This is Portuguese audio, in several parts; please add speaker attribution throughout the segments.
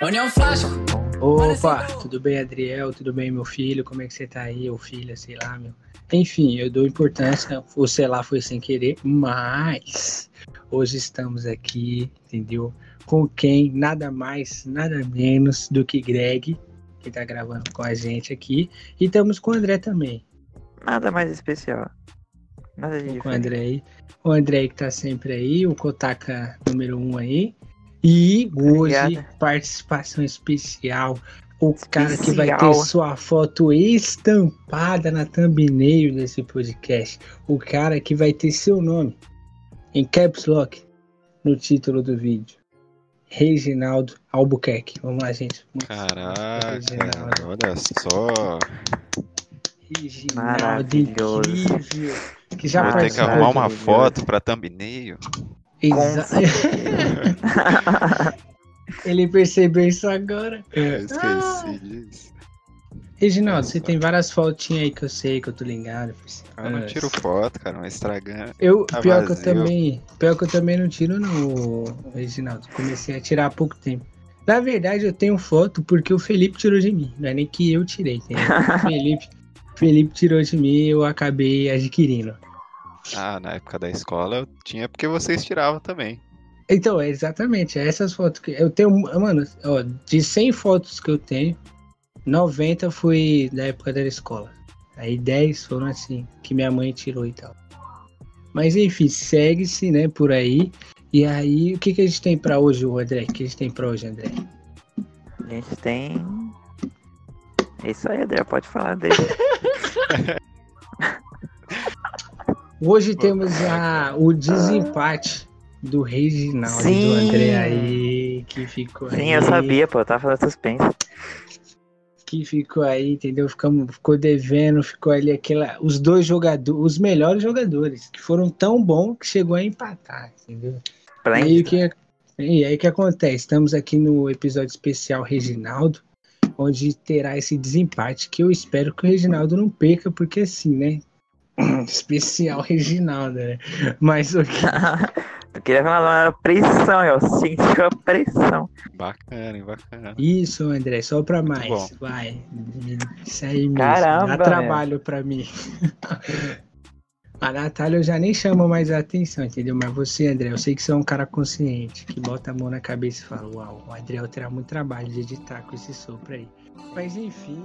Speaker 1: Reunião Flash.
Speaker 2: Opa, tudo bem, Adriel? Tudo bem, meu filho? Como é que você tá aí, ou filha, sei lá, meu? Enfim, eu dou importância, ou sei lá, foi sem querer, mas hoje estamos aqui, entendeu? Com quem? Nada mais, nada menos do que Greg, que tá gravando com a gente aqui. E estamos com o André também.
Speaker 3: Nada mais especial. Nada de
Speaker 2: com o
Speaker 3: diferente.
Speaker 2: André aí. O André que tá sempre aí, o Kotaka número um aí. E hoje,
Speaker 3: Obrigada.
Speaker 2: participação especial. O cara que vai ter
Speaker 3: Especial.
Speaker 2: sua foto estampada na thumbnail desse podcast. O cara que vai ter seu nome em caps lock no título do vídeo. Reginaldo Albuquerque. Vamos lá, gente. Muito-
Speaker 4: Caraca,
Speaker 2: Reginaldo.
Speaker 4: olha só.
Speaker 2: Reginaldo
Speaker 3: Maravilhoso.
Speaker 2: incrível. Que já
Speaker 4: Vou ter que
Speaker 2: participou
Speaker 4: arrumar
Speaker 2: do
Speaker 4: uma
Speaker 2: vídeo.
Speaker 4: foto pra thumbnail.
Speaker 3: Com
Speaker 2: Exa
Speaker 3: certeza.
Speaker 2: Ele percebeu isso agora.
Speaker 4: Eu
Speaker 2: Ah.
Speaker 4: esqueci disso.
Speaker 2: Reginaldo, você tem várias fotinhas aí que eu sei, que eu tô ligado. parceiro.
Speaker 4: Eu Ah, não tiro foto, cara, mas estragando.
Speaker 2: Eu,
Speaker 4: Tá
Speaker 2: pior que eu
Speaker 4: vazio.
Speaker 2: também. Pior que eu também não tiro, não, ô, Reginaldo. Comecei a tirar há pouco tempo. Na verdade, eu tenho foto porque o Felipe tirou de mim. Não é nem que eu tirei, entendeu? O Felipe, Felipe tirou de mim e eu acabei adquirindo.
Speaker 4: Ah, na época da escola eu tinha porque vocês tiravam também.
Speaker 2: Então, é exatamente, é essas fotos que eu tenho, mano, ó, de 100 fotos que eu tenho, 90 foi da época da escola. Aí 10 foram assim, que minha mãe tirou e tal. Mas enfim, segue-se, né, por aí. E aí, o que que a gente tem pra hoje, ô, André? O que a gente tem pra hoje, André?
Speaker 3: A gente tem. É isso aí, André, pode falar dele.
Speaker 2: Hoje temos a, o desempate do Reginaldo e do
Speaker 3: Sim.
Speaker 2: André aí, que ficou
Speaker 3: Sim, eu
Speaker 2: aí.
Speaker 3: sabia, pô, eu tava fazendo suspense.
Speaker 2: que ficou aí, entendeu? Ficamos, ficou devendo, ficou ali aquela, os dois jogadores, os melhores jogadores, que foram tão bons que chegou a empatar, entendeu?
Speaker 3: Pra
Speaker 2: E aí o que, e aí o que acontece? Estamos aqui no episódio especial Reginaldo, onde terá esse desempate que eu espero que o Reginaldo não perca, porque assim, né? Especial Reginaldo, né? Mas o que
Speaker 3: eu queria falar uma pressão, eu senti uma pressão.
Speaker 4: Bacana, hein, bacana.
Speaker 2: Isso, André, só pra
Speaker 4: Muito
Speaker 2: mais.
Speaker 4: bom.
Speaker 2: Vai. Isso aí mesmo.
Speaker 3: Caramba,
Speaker 2: Dá trabalho pra mim. A Natália eu já nem chamo mais a atenção, entendeu? Mas você, André, eu sei que você é um cara consciente, que bota a mão na cabeça e fala: Uau, o André terá muito trabalho de editar com esse sopro aí. Mas enfim.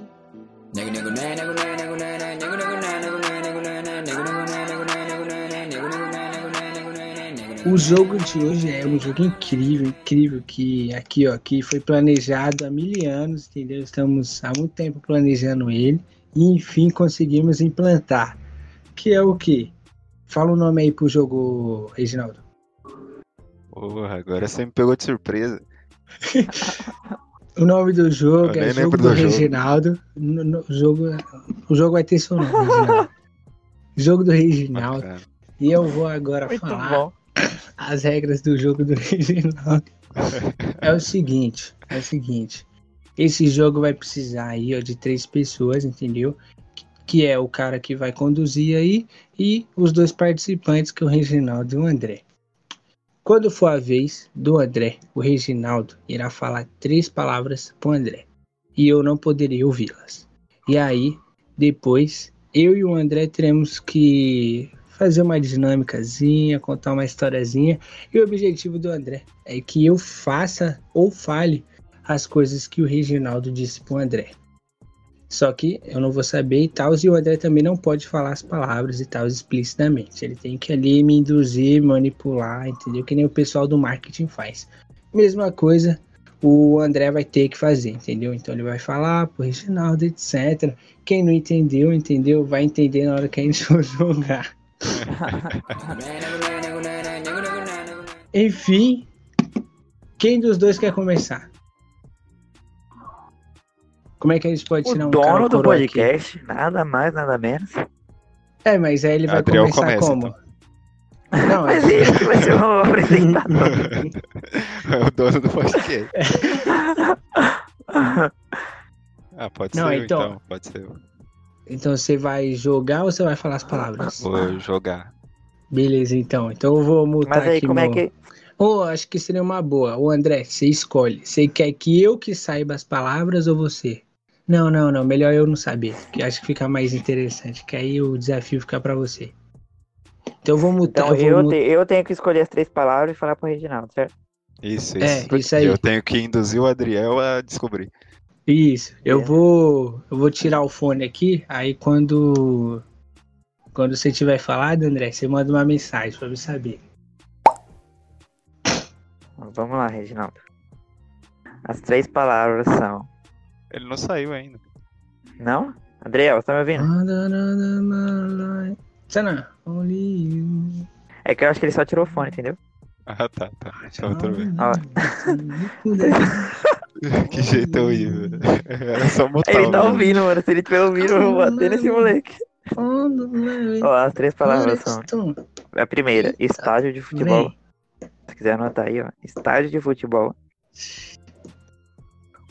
Speaker 2: O jogo de hoje é um jogo incrível, incrível, que aqui, ó, que foi planejado há mil anos, entendeu? Estamos há muito tempo planejando ele e enfim conseguimos implantar. Que é o quê? Fala o nome aí pro jogo, Reginaldo.
Speaker 4: Porra, agora você me pegou de surpresa.
Speaker 2: O nome do jogo
Speaker 4: Eu
Speaker 2: é
Speaker 4: nem
Speaker 2: Jogo
Speaker 4: lembro
Speaker 2: do,
Speaker 4: do jogo.
Speaker 2: Reginaldo. No- no- o, jogo, o jogo vai ter seu nome, Reginaldo. Jogo do Reginaldo.
Speaker 4: Bacana.
Speaker 2: E eu vou agora
Speaker 3: Muito
Speaker 2: falar
Speaker 3: bom.
Speaker 2: as regras do jogo do Reginaldo. É o seguinte, é o seguinte. Esse jogo vai precisar aí ó, de três pessoas, entendeu? Que é o cara que vai conduzir aí e os dois participantes, que é o Reginaldo e o André. Quando for a vez do André, o Reginaldo irá falar três palavras pro André. E eu não poderia ouvi-las. E aí, depois, eu e o André teremos que fazer uma dinâmicazinha, contar uma historiazinha. E o objetivo do André é que eu faça ou fale as coisas que o Reginaldo disse pro André. Só que eu não vou saber e tal, e o André também não pode falar as palavras e tal explicitamente. Ele tem que ali me induzir, manipular, entendeu? Que nem o pessoal do marketing faz. Mesma coisa o André vai ter que fazer, entendeu? Então ele vai falar pro Reginaldo, etc. Quem não entendeu, entendeu? Vai entender na hora que a gente for jogar. Enfim, quem dos dois quer começar? Como é que a gente pode
Speaker 3: O
Speaker 2: tirar um cara
Speaker 3: dono do
Speaker 2: coroa aqui?
Speaker 3: podcast, nada mais, nada menos.
Speaker 2: É, mas aí ele vai
Speaker 4: Adriel
Speaker 2: começar
Speaker 4: começa, então.
Speaker 2: como? Não, é-
Speaker 3: Mas ele que vai ser o apresentador.
Speaker 4: É o dono do podcast. Ah, pode
Speaker 2: Não,
Speaker 4: ser eu,
Speaker 2: então-
Speaker 4: então. Pode ser eu.
Speaker 2: então você vai jogar ou você vai
Speaker 4: Ah,
Speaker 2: falar as palavras?
Speaker 4: Vou jogar.
Speaker 2: Beleza, então. Então eu vou multar
Speaker 3: Mas aí,
Speaker 2: aqui
Speaker 3: como é
Speaker 2: meu-
Speaker 3: que.
Speaker 2: Ou acho que seria uma boa. Ô André, você escolhe. Você quer que eu que saiba as palavras ou você? Não, não, não. Melhor eu não saber. Que acho que fica mais interessante. Que aí o desafio fica pra você. Então eu vou mutar.
Speaker 3: Então
Speaker 2: eu
Speaker 3: eu,
Speaker 2: vou
Speaker 3: te- eu tenho que escolher as três palavras e falar pro Reginaldo, certo?
Speaker 4: Isso,
Speaker 2: É,
Speaker 4: isso.
Speaker 2: isso aí.
Speaker 4: Eu tenho que induzir o Adriel a descobrir.
Speaker 2: Isso, eu
Speaker 3: É.
Speaker 2: vou, eu vou tirar o fone aqui, aí quando quando você tiver falado, André, você manda uma mensagem pra eu saber.
Speaker 3: Vamos lá, Reginaldo. As três palavras são.
Speaker 4: Ele não saiu ainda.
Speaker 3: Não? Adriel, você tá me ouvindo?
Speaker 2: Sana, only you.
Speaker 3: É que eu acho que ele só tirou o fone, entendeu?
Speaker 4: Ah, tá, tá. Então,
Speaker 2: né?
Speaker 4: tudo bem.
Speaker 3: Ó.
Speaker 4: Que jeito horrível. Era só mutar
Speaker 3: Ele
Speaker 4: o
Speaker 3: tá
Speaker 4: mano.
Speaker 3: ouvindo, mano. Se ele tiver ouvindo, eu vou bater nesse moleque. Ó, as três palavras são. é A primeira, estágio de futebol. Se quiser anotar aí, ó. Estágio de futebol.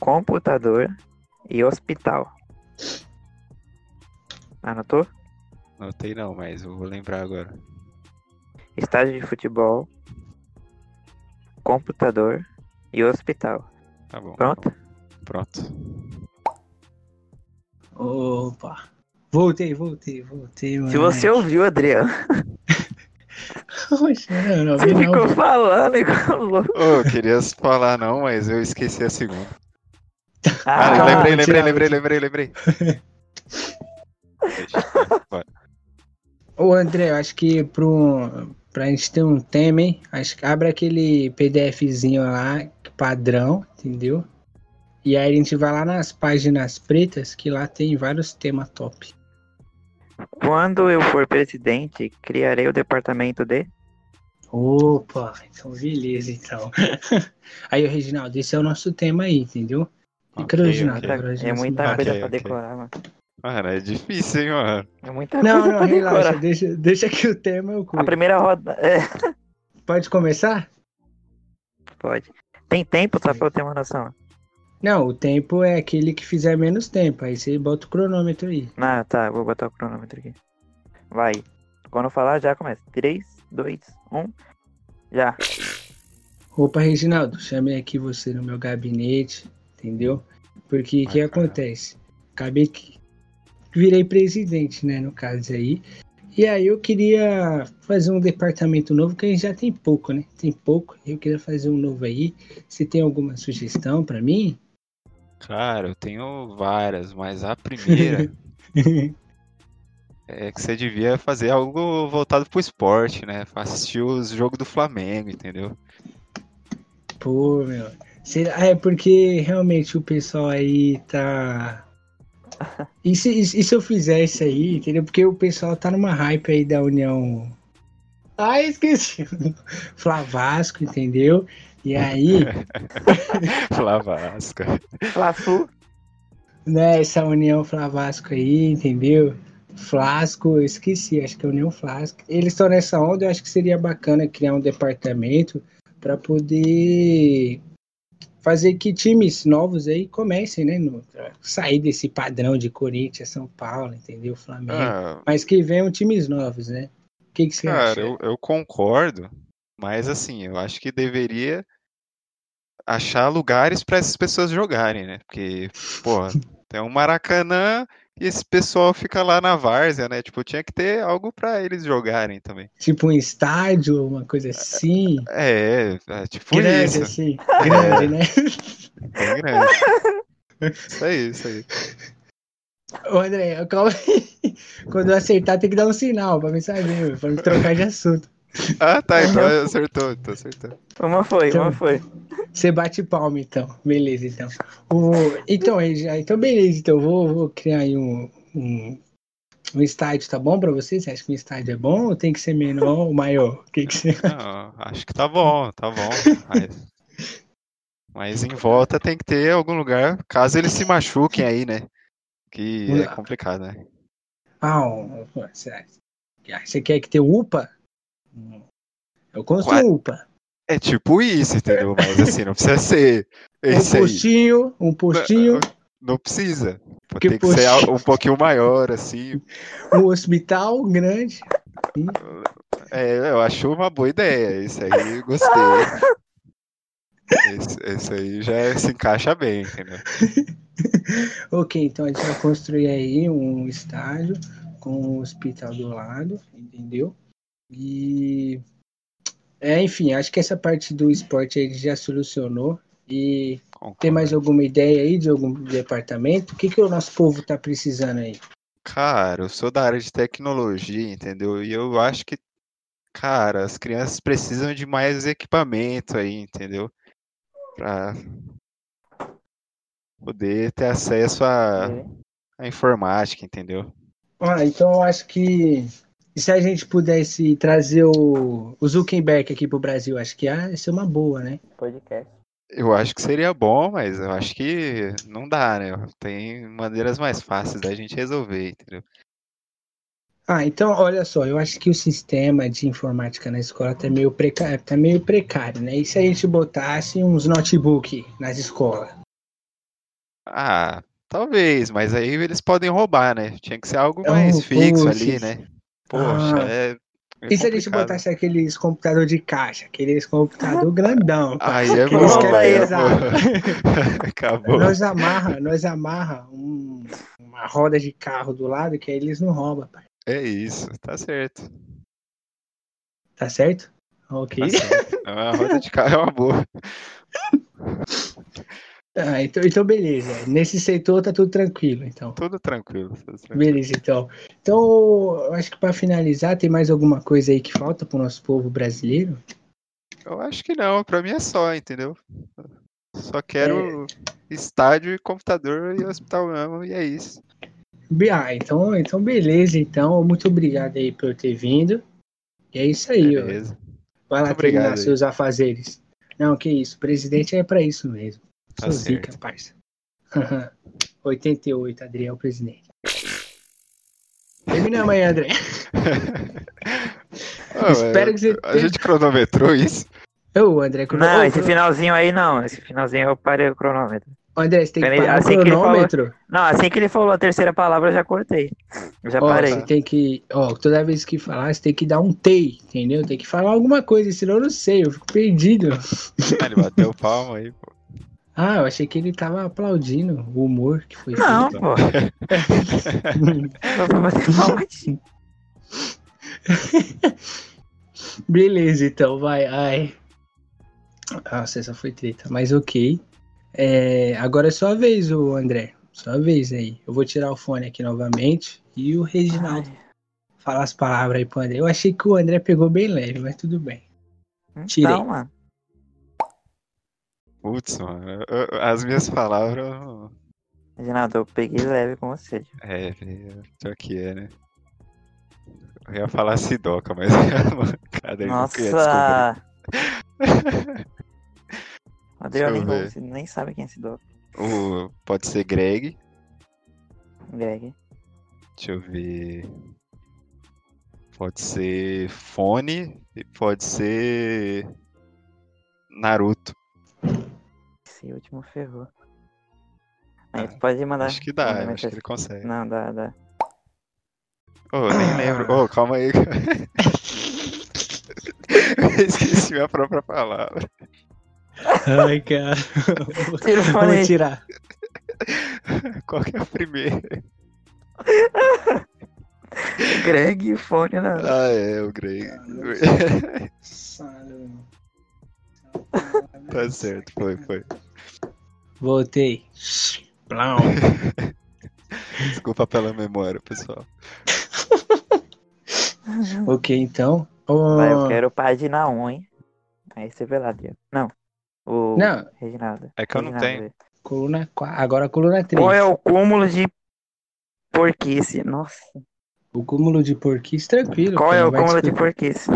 Speaker 3: Computador e hospital. Anotou?
Speaker 4: Não tem não, mas eu vou lembrar agora.
Speaker 3: Estádio de futebol, computador e hospital.
Speaker 4: Tá bom.
Speaker 3: Pronto?
Speaker 4: Pronto.
Speaker 2: Opa. Voltei, voltei, voltei, mano.
Speaker 3: Se você ouviu, Adriano,
Speaker 2: não, não,
Speaker 3: você
Speaker 2: não,
Speaker 3: ficou falando igual um louco.
Speaker 4: Ô, eu queria falar não, mas eu esqueci a segunda. Ah,
Speaker 2: Ah,
Speaker 4: lembrei, lembrei,
Speaker 2: tirava,
Speaker 4: lembrei, lembrei, lembrei. Deixa, vai.
Speaker 2: Ô André, eu acho que pro, pra gente ter um tema, hein? Acho que abre aquele PDFzinho lá, padrão, entendeu? E aí a gente vai lá nas páginas pretas, que lá tem vários temas top.
Speaker 3: Quando eu for presidente, criarei o departamento de.
Speaker 2: Opa, então beleza então. aí, o Reginaldo, esse é o nosso tema aí, entendeu? Fica no
Speaker 4: Ok,
Speaker 2: Reginaldo,
Speaker 4: ok.
Speaker 2: agora a gente
Speaker 3: É
Speaker 2: vai se
Speaker 3: muita
Speaker 2: mudar.
Speaker 3: coisa
Speaker 4: Ok,
Speaker 3: pra
Speaker 4: ok.
Speaker 3: decorar, mano.
Speaker 4: Mano, é difícil, hein, mano.
Speaker 3: É muita
Speaker 2: Não,
Speaker 3: coisa
Speaker 2: não,
Speaker 3: pra
Speaker 2: relaxa,
Speaker 3: decorar.
Speaker 2: deixa, deixa que o tema eu
Speaker 3: A
Speaker 2: cuido.
Speaker 3: primeira roda. É,
Speaker 2: Pode começar?
Speaker 3: pode. Tem tempo só pra eu ter uma noção.
Speaker 2: Não, o tempo é aquele que fizer menos tempo, aí você bota o cronômetro aí.
Speaker 3: Ah, tá. eu Vou botar o cronômetro aqui. Vai. Quando eu falar, já começa. 3, 2, 1. Já.
Speaker 2: Opa, Reginaldo, chamei aqui você no meu gabinete, entendeu? Porque o que
Speaker 4: Ah, cara.
Speaker 2: acontece? Acabei que virei presidente, né, no caso aí. E aí eu queria fazer um departamento novo, que a gente já tem pouco, né? Tem pouco. Eu queria fazer um novo aí. Você tem alguma sugestão pra mim?
Speaker 4: Claro, eu tenho várias, mas a primeira é que você devia fazer algo voltado pro esporte, né? Assistir os jogos do Flamengo, entendeu?
Speaker 2: Pô, meu. Será? É porque realmente o pessoal aí tá. E se, e se eu fizer isso aí, entendeu? Porque o pessoal tá numa hype aí da União. Ah, esqueci. Flavasco, entendeu? E aí,
Speaker 4: Flavasca.
Speaker 3: Fla-Flu.
Speaker 2: né, essa União Flavasco aí, entendeu? Flasco, eu esqueci, acho que é União Flasco. Eles estão nessa onda, eu acho que seria bacana criar um departamento para poder fazer que times novos aí comecem, né? no- pra sair desse padrão de Corinthians, São Paulo, entendeu? Flamengo.
Speaker 4: Ah,
Speaker 2: Mas que venham times novos, né? O que, que você acha?
Speaker 4: Cara, eu, eu concordo, mas assim, eu acho que deveria achar lugares para essas pessoas jogarem, né? Porque, porra, tem um Maracanã e esse pessoal fica lá na várzea, né? Tipo, tinha que ter algo para eles jogarem também.
Speaker 2: Tipo um estádio, uma coisa assim.
Speaker 4: É, é tipo
Speaker 2: grande,
Speaker 4: isso.
Speaker 2: assim. Grande, né?
Speaker 4: Bem grande. Isso aí, isso aí.
Speaker 2: Ô André, calma aí. Quando eu acertar, tem que dar um sinal pra mim saber, pra me trocar de assunto.
Speaker 4: Ah, tá, então acertou, então acertou.
Speaker 3: Uma foi, uma
Speaker 2: Então-
Speaker 3: foi.
Speaker 2: Você bate palma, então. Beleza, então. O... Então, aí já- então, beleza, então eu vou, vou criar aí um, um, um estádio, tá bom pra você? Você acha que um estádio é bom ou tem que ser menor ou maior? O que, que você.
Speaker 4: Não, acho que tá bom, tá bom. Mas, mas em volta tem que ter algum lugar, caso eles se machuquem aí, né? Que é complicado, né?
Speaker 2: Ah, um- pô, será que- ah, você quer que tenha UPA? Hum. Eu construo
Speaker 4: Quase.
Speaker 2: um UPA.
Speaker 4: É tipo isso, entendeu? Mas assim, não precisa ser esse
Speaker 2: Um
Speaker 4: aí.
Speaker 2: postinho, um postinho,
Speaker 4: Não precisa.
Speaker 2: Que
Speaker 4: Tem que ser
Speaker 2: post-
Speaker 4: al- um pouquinho maior, assim.
Speaker 2: um hospital grande.
Speaker 4: É, eu acho uma boa ideia. Esse aí gostei. Esse, esse aí já se encaixa bem, entendeu?
Speaker 2: ok, então a gente vai construir aí um estádio com o hospital do lado, entendeu? E. É, enfim, acho que essa parte do esporte aí já solucionou. E
Speaker 4: Concordo.
Speaker 2: tem mais alguma ideia aí de algum departamento? O que, que o nosso povo tá precisando aí?
Speaker 4: Cara, eu sou da área de tecnologia, entendeu? E eu acho que, cara, as crianças precisam de mais equipamento aí, entendeu? Pra poder ter acesso à à informática, entendeu?
Speaker 2: Ah, então eu acho que se a gente pudesse trazer o, o Zuckerberg aqui pro Brasil, acho que ah, ia ser uma boa, né?
Speaker 3: Podcast.
Speaker 4: Eu acho que seria bom, mas eu acho que não dá, né? Tem maneiras mais fáceis da gente resolver, entendeu?
Speaker 2: Ah, então olha só, eu acho que o sistema de informática na escola tá meio precário, tá meio precário, né? E
Speaker 4: Uhum.
Speaker 2: se a gente botasse uns notebook nas escolas?
Speaker 4: Ah, talvez, mas aí eles podem roubar, né? Tinha que ser algo
Speaker 2: É um
Speaker 4: mais fixo ali,
Speaker 2: putz.
Speaker 4: né? Poxa,
Speaker 2: Ah.
Speaker 4: é. é
Speaker 2: E se a gente
Speaker 4: complicado. Ah.
Speaker 2: botasse aqueles computador de caixa, aqueles computador grandão?
Speaker 4: Aí é
Speaker 2: Aqueles
Speaker 4: bom,
Speaker 3: que é
Speaker 4: aí é
Speaker 2: pesado.
Speaker 4: bom. Acabou.
Speaker 2: Nós amarra, nós amarra um- uma roda de carro do lado que aí eles não roubam, pai.
Speaker 4: É isso, tá certo.
Speaker 2: Tá certo? Ok.
Speaker 4: Tá certo. É uma roda de carro é uma boa.
Speaker 2: Ah, então, então beleza. Nesse setor tá tudo tranquilo, então.
Speaker 4: Tudo tranquilo. tá Tudo tranquilo.
Speaker 2: Beleza, então. Então, eu acho que para finalizar, tem mais alguma coisa aí que falta pro nosso povo brasileiro?
Speaker 4: Eu acho que não, pra mim é só, entendeu? Só quero
Speaker 2: É.
Speaker 4: estádio e computador e hospital mesmo, e é isso.
Speaker 2: Be- Ah, então, então beleza, então. Muito obrigado aí por ter vindo. E é isso aí, ó.
Speaker 4: Beleza.
Speaker 2: Vai lá
Speaker 4: Muito obrigado
Speaker 2: terminar
Speaker 4: aí.
Speaker 2: seus afazeres. Não, que isso. Presidente é para isso mesmo.
Speaker 4: Tá
Speaker 2: Sou zica,
Speaker 4: certo.
Speaker 2: parça. 88, Adriel, presidente. Termina amanhã, André.
Speaker 4: Ah,
Speaker 2: Espero que você
Speaker 4: A
Speaker 2: tenha-
Speaker 4: gente cronometrou isso?
Speaker 2: Ô, André, quando-
Speaker 3: Não,
Speaker 2: Ô,
Speaker 3: esse finalzinho aí não. Esse finalzinho eu parei o cronômetro.
Speaker 2: André, você tem que
Speaker 3: Peraí,
Speaker 2: parar
Speaker 3: assim
Speaker 2: o
Speaker 3: que ele fala-
Speaker 2: cronômetro.
Speaker 3: Não, assim que ele falou a terceira palavra, eu já cortei. Eu já
Speaker 2: Ó, tá.
Speaker 3: parei.
Speaker 2: você tem que. Ó, toda vez que falar, você tem que dar um tei, entendeu? Tem que falar alguma coisa, senão eu não sei, eu fico perdido.
Speaker 4: Ah, Ele bateu palma aí, pô.
Speaker 2: Ah, eu achei que ele tava aplaudindo o humor que foi
Speaker 3: Não,
Speaker 4: Então.
Speaker 2: feito.
Speaker 3: pô. Só pra bater palma.
Speaker 2: Beleza, então, vai. Ai. Nossa, essa foi treta, mas ok. É, agora é sua vez, o André. Sua vez aí. Eu vou tirar o fone aqui novamente e o Reginaldo falar as palavras aí pro André. Eu achei que o André pegou bem leve, mas tudo bem. Tirei.
Speaker 3: Então, mano.
Speaker 4: Putz, mano. eu- eu- As minhas palavras. eu-
Speaker 3: Reginaldo, eu peguei leve com você.
Speaker 4: É, é, pior que é, né? Eu ia falar Sidoca, mas. é Cadê?
Speaker 3: Nossa! Adriano
Speaker 4: né? Deixa eu ver.
Speaker 3: nem, você nem sabe quem é esse doc.
Speaker 4: O, pode ser Greg.
Speaker 3: Greg.
Speaker 4: Deixa eu ver. Pode ser Fone e pode ser Naruto.
Speaker 3: Esse último ferrou. Aí
Speaker 4: Ah,
Speaker 3: tu pode mandar.
Speaker 4: Acho que dá,
Speaker 3: mandar
Speaker 4: acho que
Speaker 3: mensagem.
Speaker 4: ele consegue.
Speaker 3: Não, dá, dá.
Speaker 4: Oh, nem lembro. Oh, calma aí. Eu esqueci minha própria palavra.
Speaker 2: Ai, cara.
Speaker 3: Tira o fone
Speaker 2: Vou
Speaker 3: aí.
Speaker 2: tirar.
Speaker 4: Qual que é a primeira?
Speaker 3: Greg e fone na.
Speaker 4: Ah, é, o Greg. tá certo, foi, foi.
Speaker 2: Voltei. Plau.
Speaker 4: Desculpa pela memória, pessoal. Ah.
Speaker 2: ok, então. Ô,
Speaker 3: Vai, eu quero página 1, hein? Aí você vê lá, Adriano. Não. O
Speaker 2: Não,
Speaker 3: Reginaldo.
Speaker 4: É que eu não
Speaker 3: Reginaldo,
Speaker 4: tenho.
Speaker 3: vê.
Speaker 2: coluna 4. Agora a coluna 3.
Speaker 3: Qual é o cúmulo de porquice? Nossa.
Speaker 2: O cúmulo de porquis, tranquilo.
Speaker 3: Qual é
Speaker 2: cara,
Speaker 3: o
Speaker 2: vai
Speaker 3: cúmulo de
Speaker 2: discutir.
Speaker 3: porquice?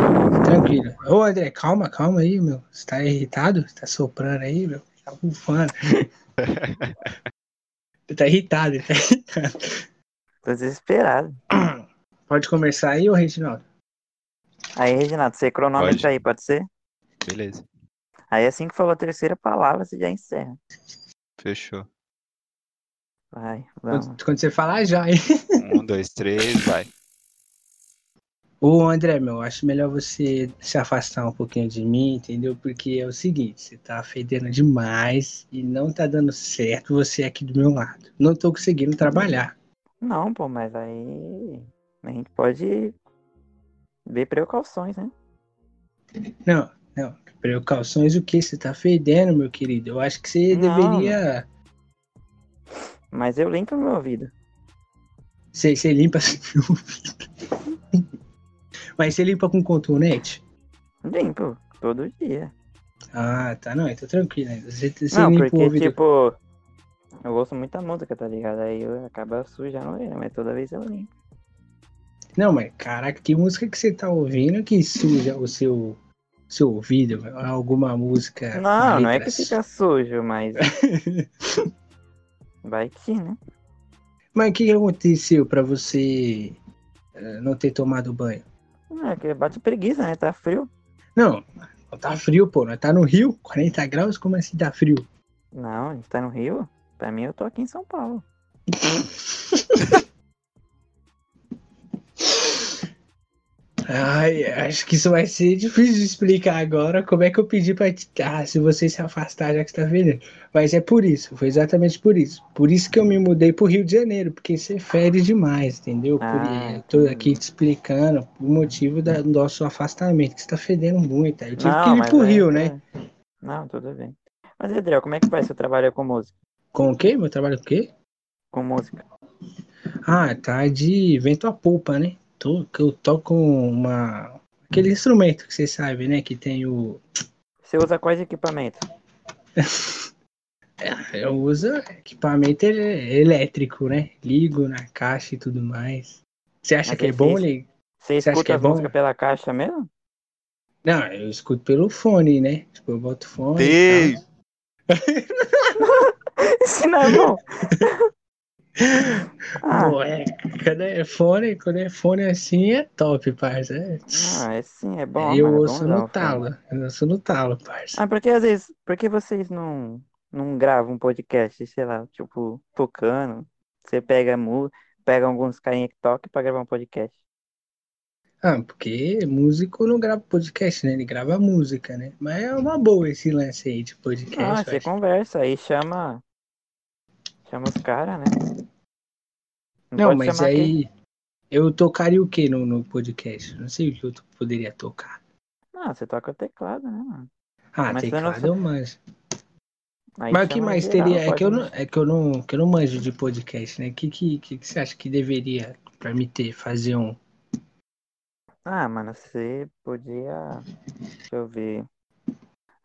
Speaker 2: Tranquilo. Ô, André, calma, calma aí, meu. Você tá irritado? Você tá soprando aí, meu? Tá bufando. Ele tá irritado, ele tá irritado.
Speaker 3: Tô desesperado.
Speaker 2: Pode começar aí, ô Reginaldo?
Speaker 3: Aí, Reginaldo, você é cronômetro
Speaker 4: Pode.
Speaker 3: aí, pode ser?
Speaker 4: Beleza,
Speaker 3: Aí assim que falou a terceira palavra, você já encerra.
Speaker 4: fechou.
Speaker 3: Vai, vamos.
Speaker 2: Quando, quando você falar, já, hein?
Speaker 4: Um, dois, três, vai.
Speaker 2: Ô, André, meu, acho melhor você se afastar um pouquinho de mim, entendeu? Porque é o seguinte, você tá fedendo demais e não tá dando certo você é aqui do meu lado. Não tô conseguindo trabalhar.
Speaker 3: Não, pô, mas aí a gente pode ver precauções, né?
Speaker 2: Não, não. Precauções o que? Você tá fedendo, meu querido. Eu acho que você
Speaker 3: Não.
Speaker 2: deveria...
Speaker 3: Mas eu limpo meu ouvido.
Speaker 2: Você, você limpa seu ouvido. Mas você limpa com cotonete?
Speaker 3: Limpo, todo dia.
Speaker 2: Ah, tá, não, então tranquilo. ainda. Você, você
Speaker 3: não,
Speaker 2: limpa o
Speaker 3: porque,
Speaker 2: ouvido.
Speaker 3: tipo, eu gosto muito da música, tá ligado? Aí eu acaba sujando ele, mas toda vez eu limpo.
Speaker 2: Não, mas caraca, que música que você tá ouvindo que suja o seu, seu ouvido? velho? Alguma música.
Speaker 3: não,
Speaker 2: com
Speaker 3: não é que
Speaker 2: letras-
Speaker 3: fica sujo, mas. Vai que, né?
Speaker 2: Mas o que que aconteceu pra você eh, não ter tomado banho?
Speaker 3: Não, é que bate preguiça, né? Tá frio.
Speaker 2: Não, não tá frio, pô. Nós tá no Rio, 40 graus, como assim tá frio?
Speaker 3: Não, a gente tá no Rio. Pra mim, eu tô aqui em São Paulo.
Speaker 2: Ai, acho que isso vai ser difícil de explicar agora. Como é que eu pedi pra te. Ah, se você se afastar já que você tá vendendo. Mas é por isso, foi exatamente por isso. Por isso que eu me mudei pro Rio de Janeiro, porque você fere demais, entendeu? Por...
Speaker 3: Ah,
Speaker 2: eu tô aqui te explicando o motivo da- do nosso afastamento, que você tá fedendo muito. Aí eu tive que ir
Speaker 3: mas é,
Speaker 2: pro
Speaker 3: aí-
Speaker 2: Rio, né?
Speaker 3: Não, tudo bem. Mas, Adriel, como é que vai seu trabalho com música?
Speaker 2: Com o quê? Meu trabalho com o quê?
Speaker 3: Com música.
Speaker 2: Ah, tá de vento a polpa, né? Tô, que eu toco uma. Aquele instrumento que você sabe, né? Que tem o.
Speaker 3: Você usa quais equipamentos?
Speaker 2: Eu uso equipamento ele- elétrico, né? Ligo na caixa e tudo mais. Você acha
Speaker 3: Mas
Speaker 2: que é
Speaker 3: é
Speaker 2: bom,
Speaker 3: difícil.
Speaker 2: Ligo?
Speaker 3: Você
Speaker 2: Você acha que
Speaker 3: escuta
Speaker 2: é
Speaker 3: as
Speaker 2: bom?
Speaker 3: músicas pela caixa mesmo?
Speaker 2: Não, eu escuto pelo fone, né? Tipo, eu boto fone. e
Speaker 4: Dei!
Speaker 2: tal.
Speaker 3: Isso não é bom. ah,
Speaker 2: Pô, é, quando é fone, quando é fone assim é top, parça. É-
Speaker 3: não, é sim, é bom.
Speaker 2: eu
Speaker 3: mano, é bom
Speaker 2: ouço
Speaker 3: usar
Speaker 2: no
Speaker 3: o fone.
Speaker 2: talo. Eu ouço no talo, parça.
Speaker 3: Ah, porque às vezes, por que vocês não, não gravam um podcast, sei lá, tipo, tocando? Você pega mu, pega alguns carinha que toca pra gravar um podcast.
Speaker 2: Ah, porque músico não grava podcast, né? Ele grava música, né? Mas é uma boa esse lance É, aí de podcast.
Speaker 3: Ah,
Speaker 2: eu
Speaker 3: você
Speaker 2: acho.
Speaker 3: conversa, aí chama. Chama os caras, né?
Speaker 2: Não,
Speaker 3: pode
Speaker 2: mas
Speaker 3: chamar quem-
Speaker 2: aí eu tocaria o que no, no podcast? Não sei o que eu to- poderia tocar.
Speaker 3: Não, Ah, você toca o teclado, né, mano?
Speaker 2: Ah,
Speaker 3: Mas você não
Speaker 2: teclado
Speaker 3: sabe-
Speaker 2: eu manjo.
Speaker 3: Aí
Speaker 2: Mas o que
Speaker 3: chama
Speaker 2: mais
Speaker 3: geral,
Speaker 2: teria? É
Speaker 3: pode-
Speaker 2: que eu não, é que eu não, que eu não manjo de podcast, né? O que, que, que, que você acha que deveria pra me ter, fazer um?
Speaker 3: Ah, mano, você podia. Deixa eu ver.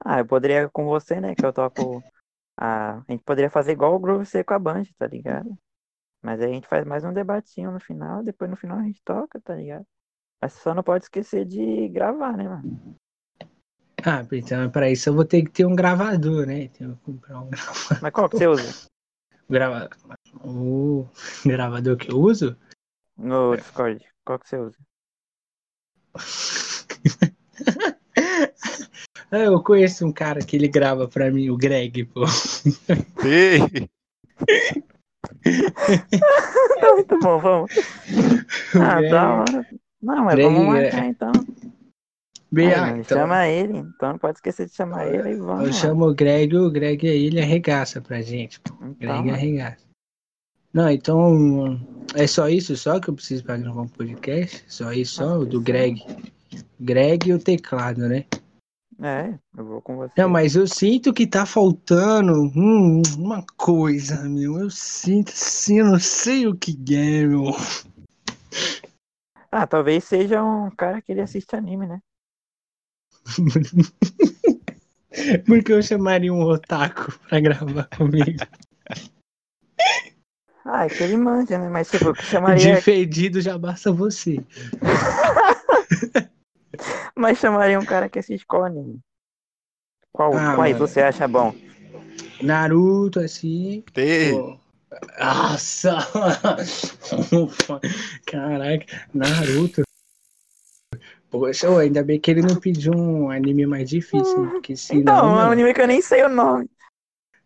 Speaker 3: Ah, eu poderia com você, né? Que eu toco. Ah, a gente poderia fazer igual o Groove C com a Band, tá ligado? Mas aí a gente faz mais um debatinho no final, depois no final a gente toca, tá ligado? Mas só não pode esquecer de gravar, né, mano?
Speaker 2: Ah, então pra isso eu vou ter que ter um gravador, né? Tenho que comprar um gravador.
Speaker 3: Mas qual que você usa?
Speaker 2: Grava... O gravador que eu uso?
Speaker 3: No Discord, qual que você usa?
Speaker 2: Ah, Eu conheço um cara que ele grava pra mim, o Greg, pô.
Speaker 4: Dei!
Speaker 3: Tá muito bom, vamos.
Speaker 2: O
Speaker 3: Ah,
Speaker 2: Greg.
Speaker 3: da hora. Não, mas
Speaker 2: Greg,
Speaker 3: vamos
Speaker 2: é.
Speaker 3: marcar então.
Speaker 2: Bem,
Speaker 3: Ah,
Speaker 2: ah,
Speaker 3: mano,
Speaker 2: então,
Speaker 3: Chama ele, então não pode esquecer de chamar ele e vamos.
Speaker 2: eu
Speaker 3: mano.
Speaker 2: chamo o Greg, o Greg aí ele arregaça pra gente, pô. O
Speaker 3: Então,
Speaker 2: Greg
Speaker 3: mano.
Speaker 2: arregaça. Não, então é só isso só que eu preciso pra gravar um podcast? Só isso, só o do Greg. Greg e o teclado, né?
Speaker 3: É, eu vou com você.
Speaker 2: Não, mas eu sinto que tá faltando hum, uma coisa, meu. Eu sinto assim, eu não sei o que é, meu.
Speaker 3: Ah, talvez seja um cara que ele assiste anime, né?
Speaker 2: Porque eu chamaria um otaku pra gravar comigo.
Speaker 3: Ah, é que ele manja, né? Mas tipo, que
Speaker 2: De
Speaker 3: chamaria,
Speaker 2: fedido já basta você.
Speaker 3: mas chamaria um cara que assiste qual anime? Qual,
Speaker 2: Ah,
Speaker 3: quais
Speaker 2: mano.
Speaker 3: você acha bom?
Speaker 2: Naruto, assim.
Speaker 4: Dei!
Speaker 2: pô. Nossa! Ufa. Caraca, Naruto. Poxa, ô, ainda bem que ele não pediu um anime mais difícil, né? porque senão.
Speaker 3: então, é um
Speaker 2: mano,
Speaker 3: anime que eu nem sei o nome.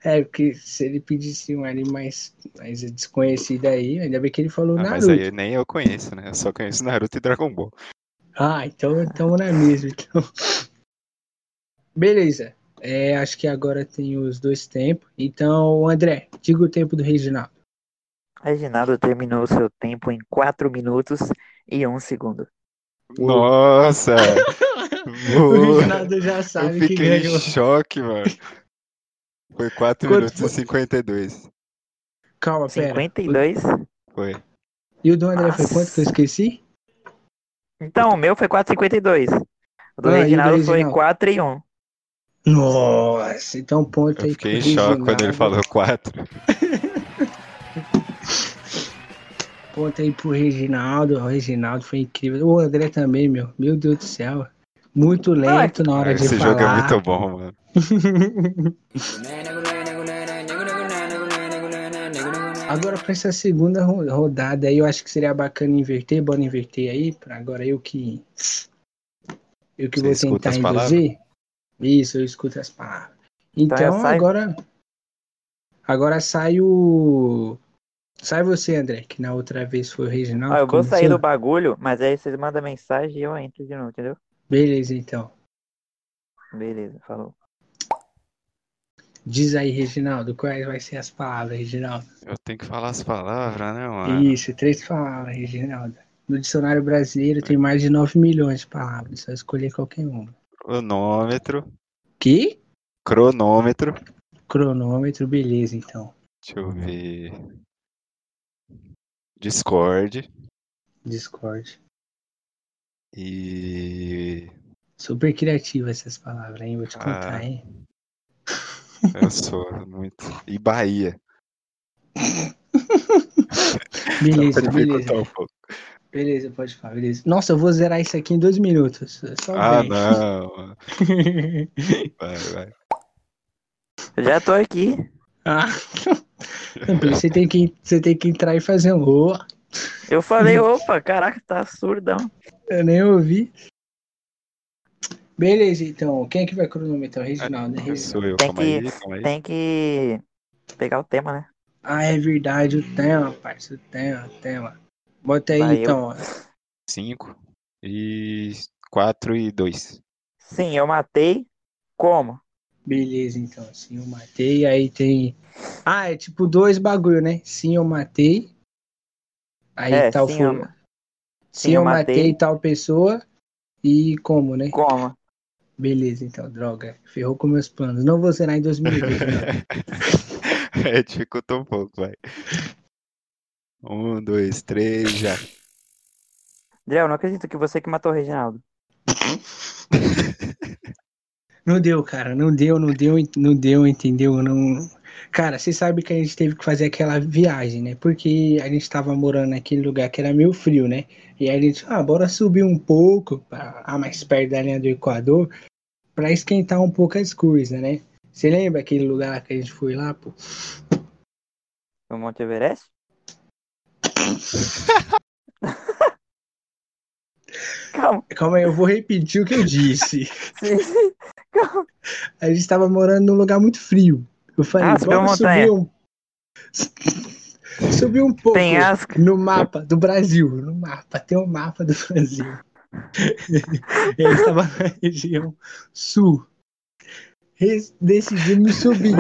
Speaker 2: É, porque se ele pedisse um anime mais, mais desconhecido aí, ainda bem que ele falou
Speaker 4: Ah, mas
Speaker 2: Naruto.
Speaker 4: aí nem eu conheço, né? Eu só conheço Naruto e Dragon Ball.
Speaker 2: Ah, então estamos na mesma. Então. Beleza. É, acho que agora tem os dois tempos. Então, André, diga o tempo do Reginaldo.
Speaker 3: Reginaldo terminou seu tempo em 4 minutos e 1 segundo.
Speaker 4: Nossa!
Speaker 2: O
Speaker 4: Boa.
Speaker 2: Reginaldo já
Speaker 4: Eu
Speaker 2: sabe que
Speaker 4: fiquei
Speaker 2: ganhou.
Speaker 4: em choque, mano. Foi 4
Speaker 2: Quanto
Speaker 4: minutos e 52.
Speaker 2: Calma, pera.
Speaker 3: 52?
Speaker 4: Foi.
Speaker 2: E o do André foi
Speaker 3: Nossa.
Speaker 2: quanto que eu esqueci?
Speaker 3: Então, o meu foi 4,52. O do
Speaker 2: Ah, e o do
Speaker 3: Reginaldo foi
Speaker 2: Reginaldo?
Speaker 3: 4 e 1.
Speaker 2: Nossa, então ponto
Speaker 4: Eu
Speaker 2: aí.
Speaker 4: fiquei em
Speaker 2: pro
Speaker 4: choque quando ele
Speaker 2: Reginaldo.
Speaker 4: falou 4.
Speaker 2: Ponto aí pro Reginaldo. O Reginaldo foi incrível. O André também, meu. Meu Deus do céu. Muito lento na hora de
Speaker 4: Esse
Speaker 2: falar.
Speaker 4: jogo é muito bom, mano.
Speaker 2: Agora para essa segunda ro- rodada aí, eu acho que seria bacana inverter, bora inverter aí, pra agora eu que eu que
Speaker 4: Você
Speaker 2: vou tentar
Speaker 4: escuta as palavras?
Speaker 2: induzir. Isso, eu escuto as palavras. Então,
Speaker 3: eu saio.
Speaker 2: agora agora sai o sai você, André, que na outra vez foi o Reginaldo.
Speaker 3: Ó, Ah, eu vou
Speaker 2: começou.
Speaker 3: sair do bagulho, mas aí vocês mandam mensagem e eu entro de novo, entendeu?
Speaker 2: Beleza, então.
Speaker 3: Beleza, falou.
Speaker 2: Diz aí, Reginaldo, quais vai ser as palavras, Reginaldo?
Speaker 4: Eu tenho que falar as palavras, né, mano?
Speaker 2: Isso, três palavras, Reginaldo. No dicionário brasileiro tem mais de 9 milhões de palavras, só escolher qualquer uma.
Speaker 4: Cronômetro.
Speaker 2: Que?
Speaker 4: Cronômetro.
Speaker 2: Cronômetro, beleza, então.
Speaker 4: Deixa eu ver. Discord.
Speaker 2: Discord.
Speaker 4: E.
Speaker 2: Super criativa essas palavras, hein? Vou te contar,
Speaker 4: Ah.
Speaker 2: hein?
Speaker 4: Eu sou muito. E Bahia.
Speaker 2: Beleza, beleza.
Speaker 4: Dificultou um pouco.
Speaker 2: Beleza, pode falar, beleza. Nossa, eu vou zerar isso aqui em dois minutos. É Só
Speaker 4: Ah,
Speaker 2: dez.
Speaker 4: não. Vai, vai.
Speaker 3: Já tô aqui.
Speaker 2: Ah. Não, por isso você tem que, você tem que entrar e fazer um. Oh,
Speaker 3: Eu falei, opa, caraca, tá surdão.
Speaker 2: eu nem ouvi. Beleza, então. Quem é que vai cronometrar? O Reginaldo, né? Reginaldo.
Speaker 4: É, Sou eu.
Speaker 3: Tem
Speaker 4: Calma
Speaker 3: que-
Speaker 4: aí, calma aí.
Speaker 3: Tem que pegar o tema, né?
Speaker 2: Ah, é verdade, o tema, parceiro. O tema, o tema. Bota aí,
Speaker 3: Vai, eu.
Speaker 2: então.
Speaker 4: 5 e 4 e 2.
Speaker 3: Sim, eu matei. Como?
Speaker 2: Beleza, então. Sim, eu matei. Aí tem. Ah, é tipo dois bagulho, né? Sim, eu matei. Aí tá
Speaker 3: É,
Speaker 2: tal
Speaker 3: sim,
Speaker 2: fu-
Speaker 3: eu-
Speaker 2: Sim, eu, matei. tal pessoa. E como, né?
Speaker 3: Como?
Speaker 2: Beleza, então, droga. Ferrou com meus planos. Não vou zerar em 2020. né?
Speaker 4: é, dificultou um pouco, vai. 1, 2, 3, já.
Speaker 3: André, eu não acredito que você que matou o Reginaldo.
Speaker 2: não deu, cara. Não deu, não deu, ent- não deu, entendeu? Não. Cara, você sabe que a gente teve que fazer aquela viagem, né? Porque a gente tava morando naquele lugar que era meio frio, né? E aí a gente, ah, bora subir um pouco pra ah, mais perto da linha do Equador pra esquentar um pouco as coisas, né? Você lembra aquele lugar lá que a gente foi lá, pô?
Speaker 3: O Monte Everest? Calma,
Speaker 2: Calma aí, eu vou repetir o que eu disse.
Speaker 3: sim, sim. Calma.
Speaker 2: A gente tava morando num lugar muito frio. Eu falei,
Speaker 3: Ah, subiu
Speaker 2: bora
Speaker 3: uma
Speaker 2: subir um. subir um pouco.
Speaker 3: Penhasco.
Speaker 2: No mapa do Brasil, no mapa, tem um mapa do Brasil. Ele estava na região sul. Res- Decidimos subir.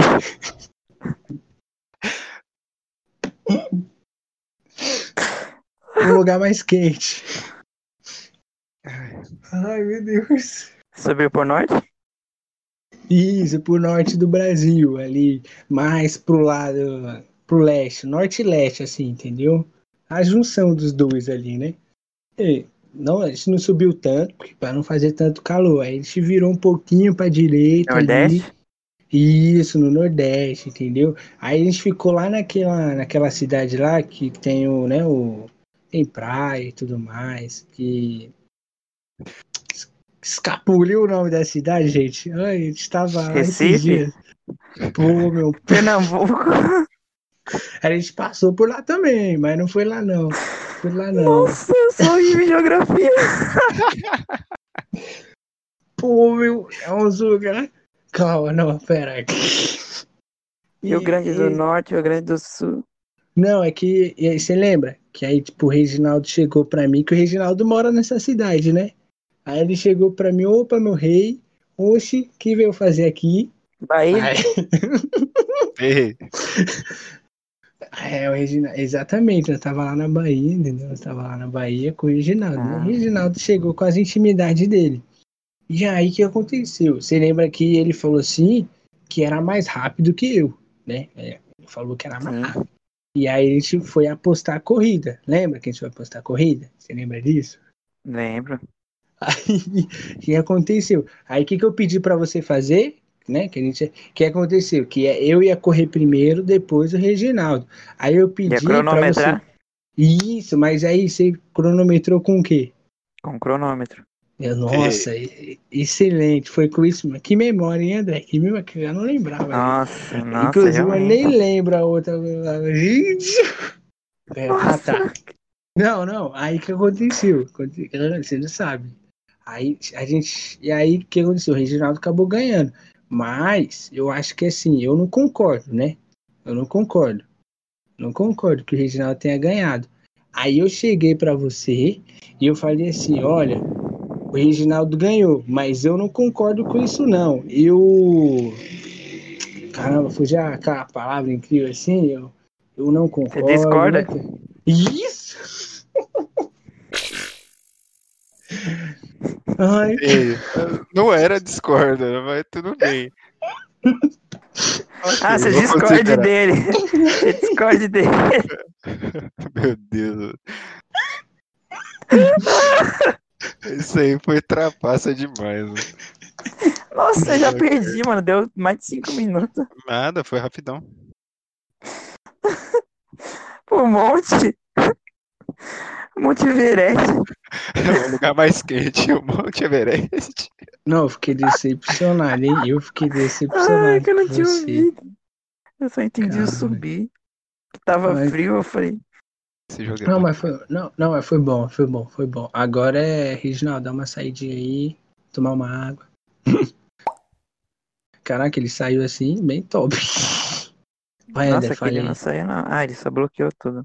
Speaker 2: Um lugar mais quente. Ai, meu Deus.
Speaker 3: Subiu pro norte?
Speaker 2: Isso, pro norte do Brasil, ali, mais pro lado, pro leste, norte e leste, assim, entendeu? A junção dos dois ali, né? E, não, a gente não subiu tanto, porque pra não fazer tanto calor, aí a gente virou um pouquinho pra direita ali.
Speaker 3: Nordeste?
Speaker 2: Isso, no Nordeste, entendeu? Aí a gente ficou lá naquela, naquela cidade lá que tem o, né, o... Tem praia e tudo mais, que... es- Escapuliu o nome da cidade, gente. Ai, a gente tava lá esses
Speaker 3: Recife?
Speaker 2: dias. Pô, meu...
Speaker 3: Pernambuco?
Speaker 2: A gente passou por lá também, mas não foi lá não. Foi lá não.
Speaker 3: Nossa, eu sou horrível em geografia.
Speaker 2: Pô, meu, é uns lugar... Calma, não, pera aí.
Speaker 3: Rio Grande do Norte, Rio Grande do Sul.
Speaker 2: Não, é que. E aí você lembra? Que aí, tipo, o Reginaldo chegou pra mim, que o Reginaldo mora nessa cidade, né? Aí ele chegou pra mim, opa, meu rei, oxe, que veio fazer aqui?
Speaker 3: Daí,
Speaker 2: Aí,
Speaker 4: Ei,
Speaker 2: É, o Reginaldo, exatamente, eu tava lá na Bahia, entendeu? Eu tava lá na Bahia com o Reginaldo. né?
Speaker 3: Ah.
Speaker 2: O Reginaldo chegou com as intimidades dele. E aí, o que aconteceu? Você lembra que ele falou assim, que era mais rápido que eu, né? É, ele falou que era mais
Speaker 3: Sim.
Speaker 2: rápido. E aí, a gente foi apostar a corrida. Lembra que a gente foi apostar a corrida? Você lembra disso?
Speaker 3: lembro.
Speaker 2: Aí, o que aconteceu? Aí, o que, que eu pedi pra você fazer? Né, que a gente, o que aconteceu? Que é eu ia correr primeiro, depois o Reginaldo. Aí eu pedi pra
Speaker 3: Ia
Speaker 2: você.
Speaker 3: cronometrar
Speaker 2: Isso, mas aí você cronometrou com o quê?
Speaker 3: com cronômetro.
Speaker 2: Eu, nossa, e- excelente, foi com isso. mesmo. Que memória, hein, André? Que memória que eu já não lembrava.
Speaker 3: Nossa, Ah, nossa.
Speaker 2: Inclusive, eu
Speaker 3: realmente.
Speaker 2: nem lembro a outra. Gente! É, ah, tá. Não, não. Aí que aconteceu? Aconte- Você não sabe. Aí a gente. E aí o que aconteceu? O Reginaldo acabou ganhando. Mas eu acho que assim, eu não concordo, né? Eu não concordo. Não concordo que o Reginaldo tenha ganhado. Aí eu cheguei pra você e eu falei assim: olha, o Reginaldo ganhou, mas eu não concordo com isso, não. Eu. Caramba, fugiu a, a palavra incrível assim, eu, eu não concordo.
Speaker 3: discorda?
Speaker 2: né? Isso! Ai,
Speaker 4: ei, não era discorda, mas tudo bem.
Speaker 3: Ah, você
Speaker 4: Eu vou
Speaker 3: discorde
Speaker 4: considerar.
Speaker 3: dele. Você discorde dele.
Speaker 4: Meu Deus. Isso aí foi trapaça demais. né?
Speaker 3: Nossa, eu já
Speaker 4: Ok.
Speaker 3: perdi, mano. Deu mais de 5 minutos.
Speaker 4: Nada, foi rapidão.
Speaker 3: Pô, um monte. Um Monte Verete.
Speaker 4: É o lugar mais quente, o Monte Everest.
Speaker 2: não, eu fiquei decepcionado, hein? Eu fiquei decepcionado.
Speaker 3: Ai, que eu não
Speaker 2: com
Speaker 3: tinha
Speaker 2: você.
Speaker 3: ouvido. Eu só entendi o
Speaker 2: Caramba.
Speaker 3: subir. Que tava
Speaker 2: Ai.
Speaker 3: frio, eu falei.
Speaker 4: Esse jogo é
Speaker 2: Não,
Speaker 4: bom.
Speaker 2: mas foi, não, não, mas foi bom, foi bom, foi bom. Agora é, Reginaldo, dá uma saidinha aí, tomar uma água. Caraca, ele saiu assim, bem top. Vai,
Speaker 3: Nossa,
Speaker 2: André,
Speaker 3: que ele
Speaker 2: falei.
Speaker 3: não saiu não. Ah, ele só bloqueou tudo.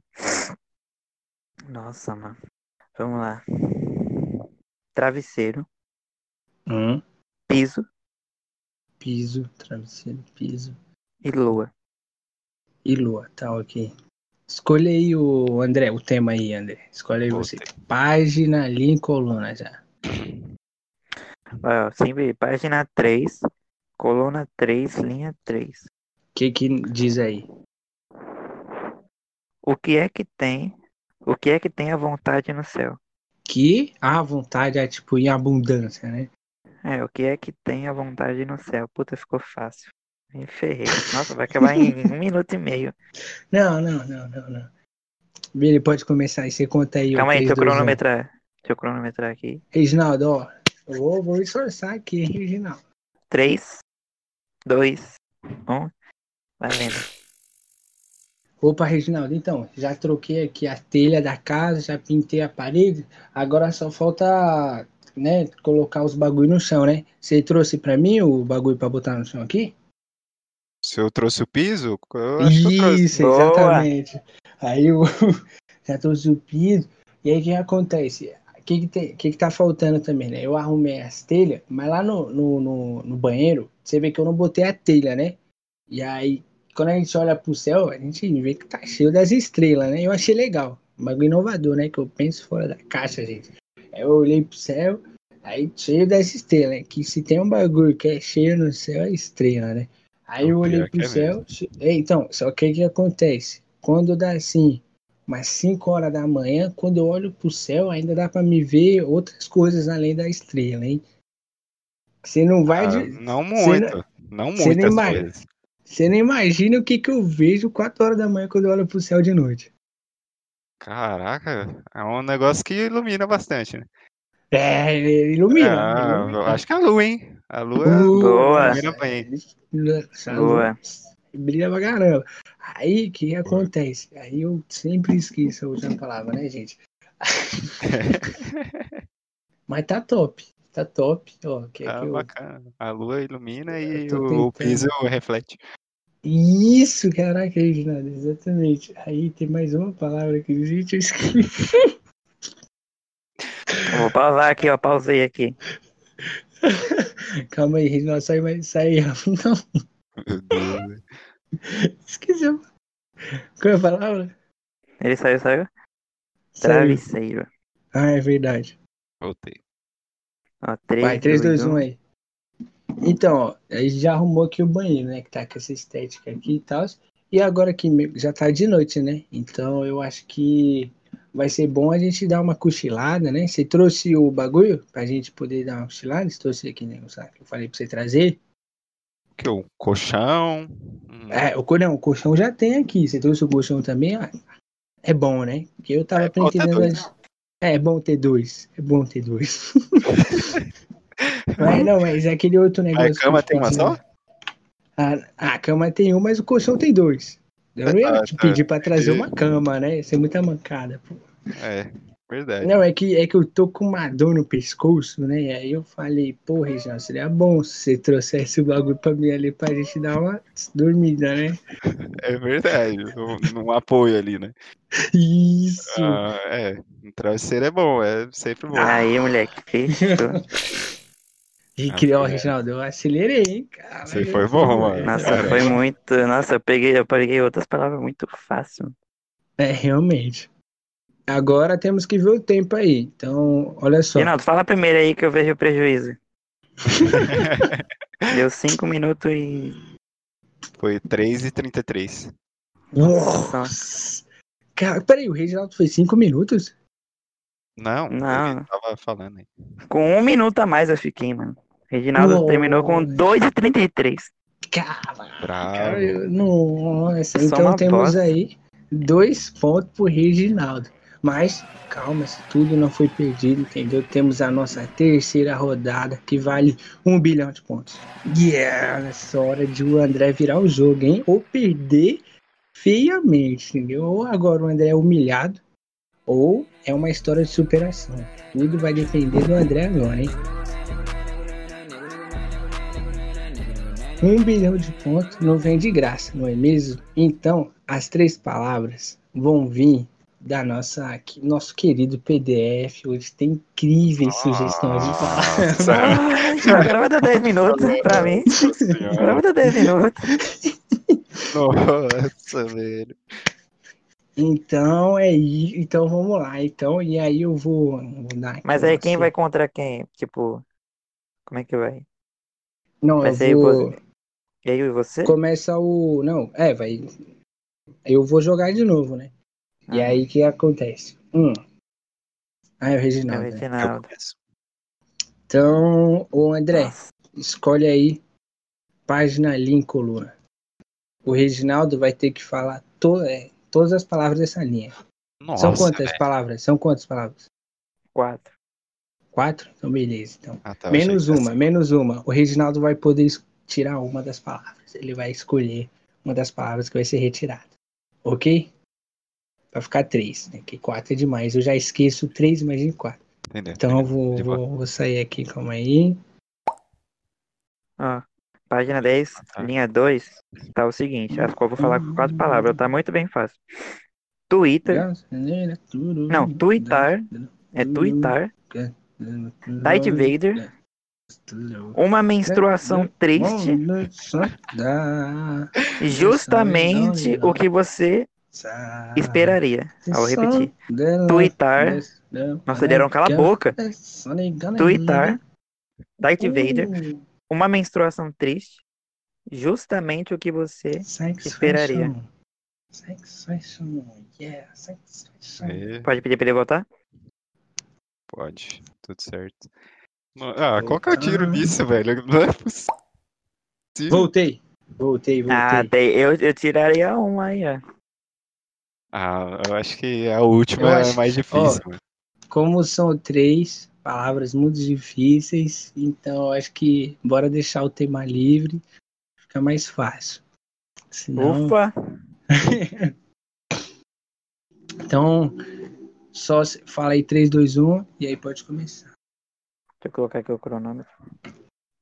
Speaker 3: Nossa, mano. Vamos lá. Travesseiro,
Speaker 2: Hum,
Speaker 3: piso
Speaker 2: piso, travesseiro, piso
Speaker 3: e lua.
Speaker 2: e lua, tá ok. Escolhe aí o André, o tema aí, André. Escolhe aí
Speaker 4: Puta.
Speaker 2: você. Página, linha e coluna já.
Speaker 3: Ó, sempre página 3, coluna 3, linha 3.
Speaker 2: O que que diz aí?
Speaker 3: O que é que tem? O que é que tem a vontade no céu?
Speaker 2: Que a vontade é tipo em abundância, né?
Speaker 3: É, o que é que tem a vontade no céu? Puta, ficou fácil. Me ferrei. Nossa, vai acabar em um minuto e meio.
Speaker 2: Não, não, não, não, não. Ele pode começar aí, você conta aí. ó,
Speaker 3: Calma aí,
Speaker 2: três,
Speaker 3: deixa eu
Speaker 2: dois, um.
Speaker 3: cronometrar. Deixa eu cronometrar aqui.
Speaker 2: Reginaldo, ó. Eu vou, vou esforçar aqui, hein, Reginaldo.
Speaker 3: 3, 2, 1. Vai vendo.
Speaker 2: Opa, Reginaldo, então, já troquei aqui a telha da casa, já pintei a parede, agora só falta, né, colocar os bagulho no chão, né? Você trouxe pra mim o bagulho pra botar no chão aqui?
Speaker 4: Se eu trouxe o piso, eu acho que eu trouxe.
Speaker 2: Isso,
Speaker 3: Boa.
Speaker 2: exatamente. Aí eu já trouxe o piso. E aí o que acontece? O que, que, tem- que, que tá faltando também, né? Eu arrumei as telhas, mas lá no, no, no, no banheiro, você vê que eu não botei a telha, né? E aí, quando a gente olha pro céu, a gente vê que tá cheio das estrelas, né? Eu achei legal. Um bagulho inovador, né? Que eu penso fora da caixa, gente. Aí eu olhei pro céu, aí cheio das estrelas, né? Que se tem um bagulho que é cheio no céu, é estrela, né? Aí
Speaker 4: É,
Speaker 2: eu
Speaker 4: o
Speaker 2: olhei
Speaker 4: pior
Speaker 2: pro
Speaker 4: que é
Speaker 2: céu. che- É, Então, só que o que acontece? Quando dá assim, umas 5 horas da manhã, quando eu olho pro céu, ainda dá pra me ver outras coisas além da estrela, hein? Você não vai.
Speaker 4: Ah,
Speaker 2: de-
Speaker 4: não
Speaker 2: Você
Speaker 4: muito. Não
Speaker 2: você nem
Speaker 4: muitas
Speaker 2: vai.
Speaker 4: vezes.
Speaker 2: Você não imagina o que, que eu vejo 4 horas da manhã quando eu olho pro céu de noite.
Speaker 4: Caraca, é um negócio que ilumina bastante, né?
Speaker 2: É, ilumina.
Speaker 4: Ah,
Speaker 2: ilumina.
Speaker 4: eu acho que é a lua, hein? A lua é
Speaker 3: Boa.
Speaker 4: ilumina bem.
Speaker 2: Nossa,
Speaker 3: Boa.
Speaker 2: Brilha pra caramba. Aí, o que acontece? Aí eu sempre esqueço a última palavra, né, gente? Mas tá top. Tá top. Ó, que,
Speaker 4: Tá
Speaker 2: que eu-
Speaker 4: bacana. A lua ilumina
Speaker 2: Eu
Speaker 4: e
Speaker 2: tô
Speaker 4: o,
Speaker 2: tentando.
Speaker 4: o piso reflete.
Speaker 2: Isso, caraca, Reginaldo, exatamente. Aí tem mais uma palavra que, gente, eu esqueci.
Speaker 3: Eu Vou pausar aqui, ó. Pausei aqui.
Speaker 2: Calma aí, Reginaldo, sai mais. Sai aí, Rafa. Não,
Speaker 4: Meu Deus.
Speaker 2: esqueceu. Qual é a palavra?
Speaker 3: Ele saiu, saiu?
Speaker 2: Saiu.
Speaker 3: Travesseiro.
Speaker 2: Ah, é verdade.
Speaker 4: Voltei.
Speaker 3: Ó, um. 3,
Speaker 2: Vai, 3, 2, 1
Speaker 3: aí.
Speaker 2: aí. Então, ó, a gente já arrumou aqui o banheiro, né? Que tá com essa estética aqui e tal. E agora que me- já tá de noite, né? Então eu acho que vai ser bom a gente dar uma cochilada, né? Você trouxe o bagulho pra gente poder dar uma cochilada? Você trouxe aqui, né? o saco que Eu falei pra você trazer.
Speaker 4: O que? Um colchão? Um-
Speaker 2: É, o, co- não, o colchão já tem aqui. Você trouxe o colchão também? Ah, é bom, né? Porque eu tava
Speaker 4: É bom ter
Speaker 2: aprendendo.
Speaker 4: dois.
Speaker 2: a- É, é bom ter dois. É bom ter dois. mas não, mas é aquele outro negócio.
Speaker 4: Mas a Ah,
Speaker 2: que
Speaker 4: cama
Speaker 2: eu
Speaker 4: tem uma
Speaker 2: tinha.
Speaker 4: só?
Speaker 2: A, a cama tem um, mas o colchão tem dois. Eu não ia
Speaker 4: Ah,
Speaker 2: te
Speaker 4: tá.
Speaker 2: pedir pra trazer
Speaker 4: Entendi.
Speaker 2: uma cama, né? Isso é muita mancada. pô.
Speaker 4: É, verdade.
Speaker 2: Não, é que, é que eu tô com uma dor no pescoço, né? E aí eu falei, pô, Reginaldo, seria bom se você trouxesse o bagulho pra mim ali pra gente dar uma dormida, né?
Speaker 4: É verdade. um- Num apoio ali, né?
Speaker 2: Isso!
Speaker 4: Ah, é. Um travesseiro é bom, é sempre bom.
Speaker 2: um.
Speaker 3: Aí, moleque, fechou.
Speaker 2: e criou,
Speaker 4: é.
Speaker 2: Reginaldo, eu acelerei, hein, cara.
Speaker 4: Você foi bom, mano.
Speaker 3: Nossa,
Speaker 2: É.
Speaker 4: Cara.
Speaker 3: foi muito. Nossa, eu peguei, eu peguei outras palavras muito fácil.
Speaker 2: É, realmente. Agora temos que ver o tempo aí. Então, olha só.
Speaker 3: Renato, fala primeiro aí que eu vejo o prejuízo. Deu 5 minutos e.
Speaker 4: Foi 3h33.
Speaker 2: Nossa! Cara, peraí, o Reginaldo foi cinco minutos?
Speaker 4: Não,
Speaker 3: Não.
Speaker 4: eu tava falando aí.
Speaker 3: Com um minuto a mais eu fiquei, mano. Reginaldo
Speaker 2: Nossa.
Speaker 3: terminou com 2,33.
Speaker 2: Caraca,
Speaker 4: Bravo.
Speaker 2: cara, eu- nossa,
Speaker 3: Só
Speaker 2: então
Speaker 3: uma
Speaker 2: temos
Speaker 3: bosta.
Speaker 2: aí dois pontos pro Reginaldo. Mas calma, se tudo não foi perdido, entendeu? Temos a nossa terceira rodada que vale um bilhão de pontos. Yeah, nessa hora de o André virar o jogo, hein? Ou perder feiamente, entendeu? Ou agora o André é humilhado, ou é uma história de superação. Tudo vai depender do André agora, hein? Um bilhão de pontos não vem de graça, não é mesmo? Então, as três palavras vão vir da nossa nosso querido PDF. Hoje tem
Speaker 3: Ah.
Speaker 2: incríveis sugestões de palavras.
Speaker 4: Nossa
Speaker 2: Ah.
Speaker 3: Ai, agora vai dar 10 minutos pra mim. Agora
Speaker 4: senhora.
Speaker 3: vai dar 10 minutos.
Speaker 4: Nossa, velho.
Speaker 2: Então é isso. Então vamos lá. Então e aí eu vou, vou dar. aqui
Speaker 3: Mas aí
Speaker 2: você.
Speaker 3: quem vai contra quem? Tipo. Como é que vai?
Speaker 2: Não,
Speaker 3: Vai
Speaker 2: eu
Speaker 3: ser
Speaker 2: vou.
Speaker 3: você. Eu e você?
Speaker 2: Começa o. Não, é, vai. Eu vou jogar de novo, né? E
Speaker 3: Ah.
Speaker 2: aí o que acontece? Um. Ah, é o
Speaker 3: É o
Speaker 2: Reginaldo. né?
Speaker 4: Eu
Speaker 3: Reginaldo.
Speaker 4: começo.
Speaker 2: Então, o André.
Speaker 3: Nossa.
Speaker 2: escolhe aí página, linha e coluna. O Reginaldo vai ter que falar to- é, todas as palavras dessa linha.
Speaker 4: Nossa,
Speaker 2: São quantas palavras? São quantas palavras?
Speaker 3: Quatro.
Speaker 2: Quatro? Então, beleza. Então.
Speaker 4: Ah, tá, eu achei
Speaker 2: menos
Speaker 4: que era
Speaker 2: uma, menos uma. O Reginaldo vai poder es- tirar uma das palavras. Ele vai escolher uma das palavras que vai ser retirada. Ok? Vai ficar três, né? Que quatro é demais. Eu já esqueço três, imagina quatro.
Speaker 4: assim, entendeu?
Speaker 2: Então, eu vou,
Speaker 4: De boa.
Speaker 2: vou, vou sair aqui, calma aí.
Speaker 3: Ó, página 10,
Speaker 4: tá.
Speaker 3: linha 2, tá o seguinte, as quais eu vou falar com quatro palavras, tá muito bem fácil. Twitter,
Speaker 2: Tá,
Speaker 3: não, tuitar, é tuitar, Darth Vader, uma menstruação triste, justamente o que você esperaria. Ah, vou repetir. Tuitar, É? nossa, deram cala a boca. Tuitar, Darth
Speaker 2: Uh,
Speaker 3: Vader, uma menstruação triste, justamente o que você... esperaria.
Speaker 2: Sexuation, yeah, sexuation.
Speaker 4: Aê,
Speaker 3: Pode pedir pra ele voltar?
Speaker 4: pode, tudo certo. No- Ah, qual que é o tiro nisso, velho? Não é possível.
Speaker 2: Voltei, voltei, voltei.
Speaker 3: Ah, tem- eu, eu tiraria uma aí, ó.
Speaker 4: Ah, eu acho que a última
Speaker 2: Eu
Speaker 4: é
Speaker 2: acho-
Speaker 4: mais difícil. mano.
Speaker 2: Como são três palavras muito difíceis, então eu acho que bora deixar o tema livre, fica mais fácil. Senão-
Speaker 3: Ufa,
Speaker 2: Então, só se- fala aí 3, 2, 1 e aí pode começar.
Speaker 3: Deixa eu colocar aqui o cronômetro.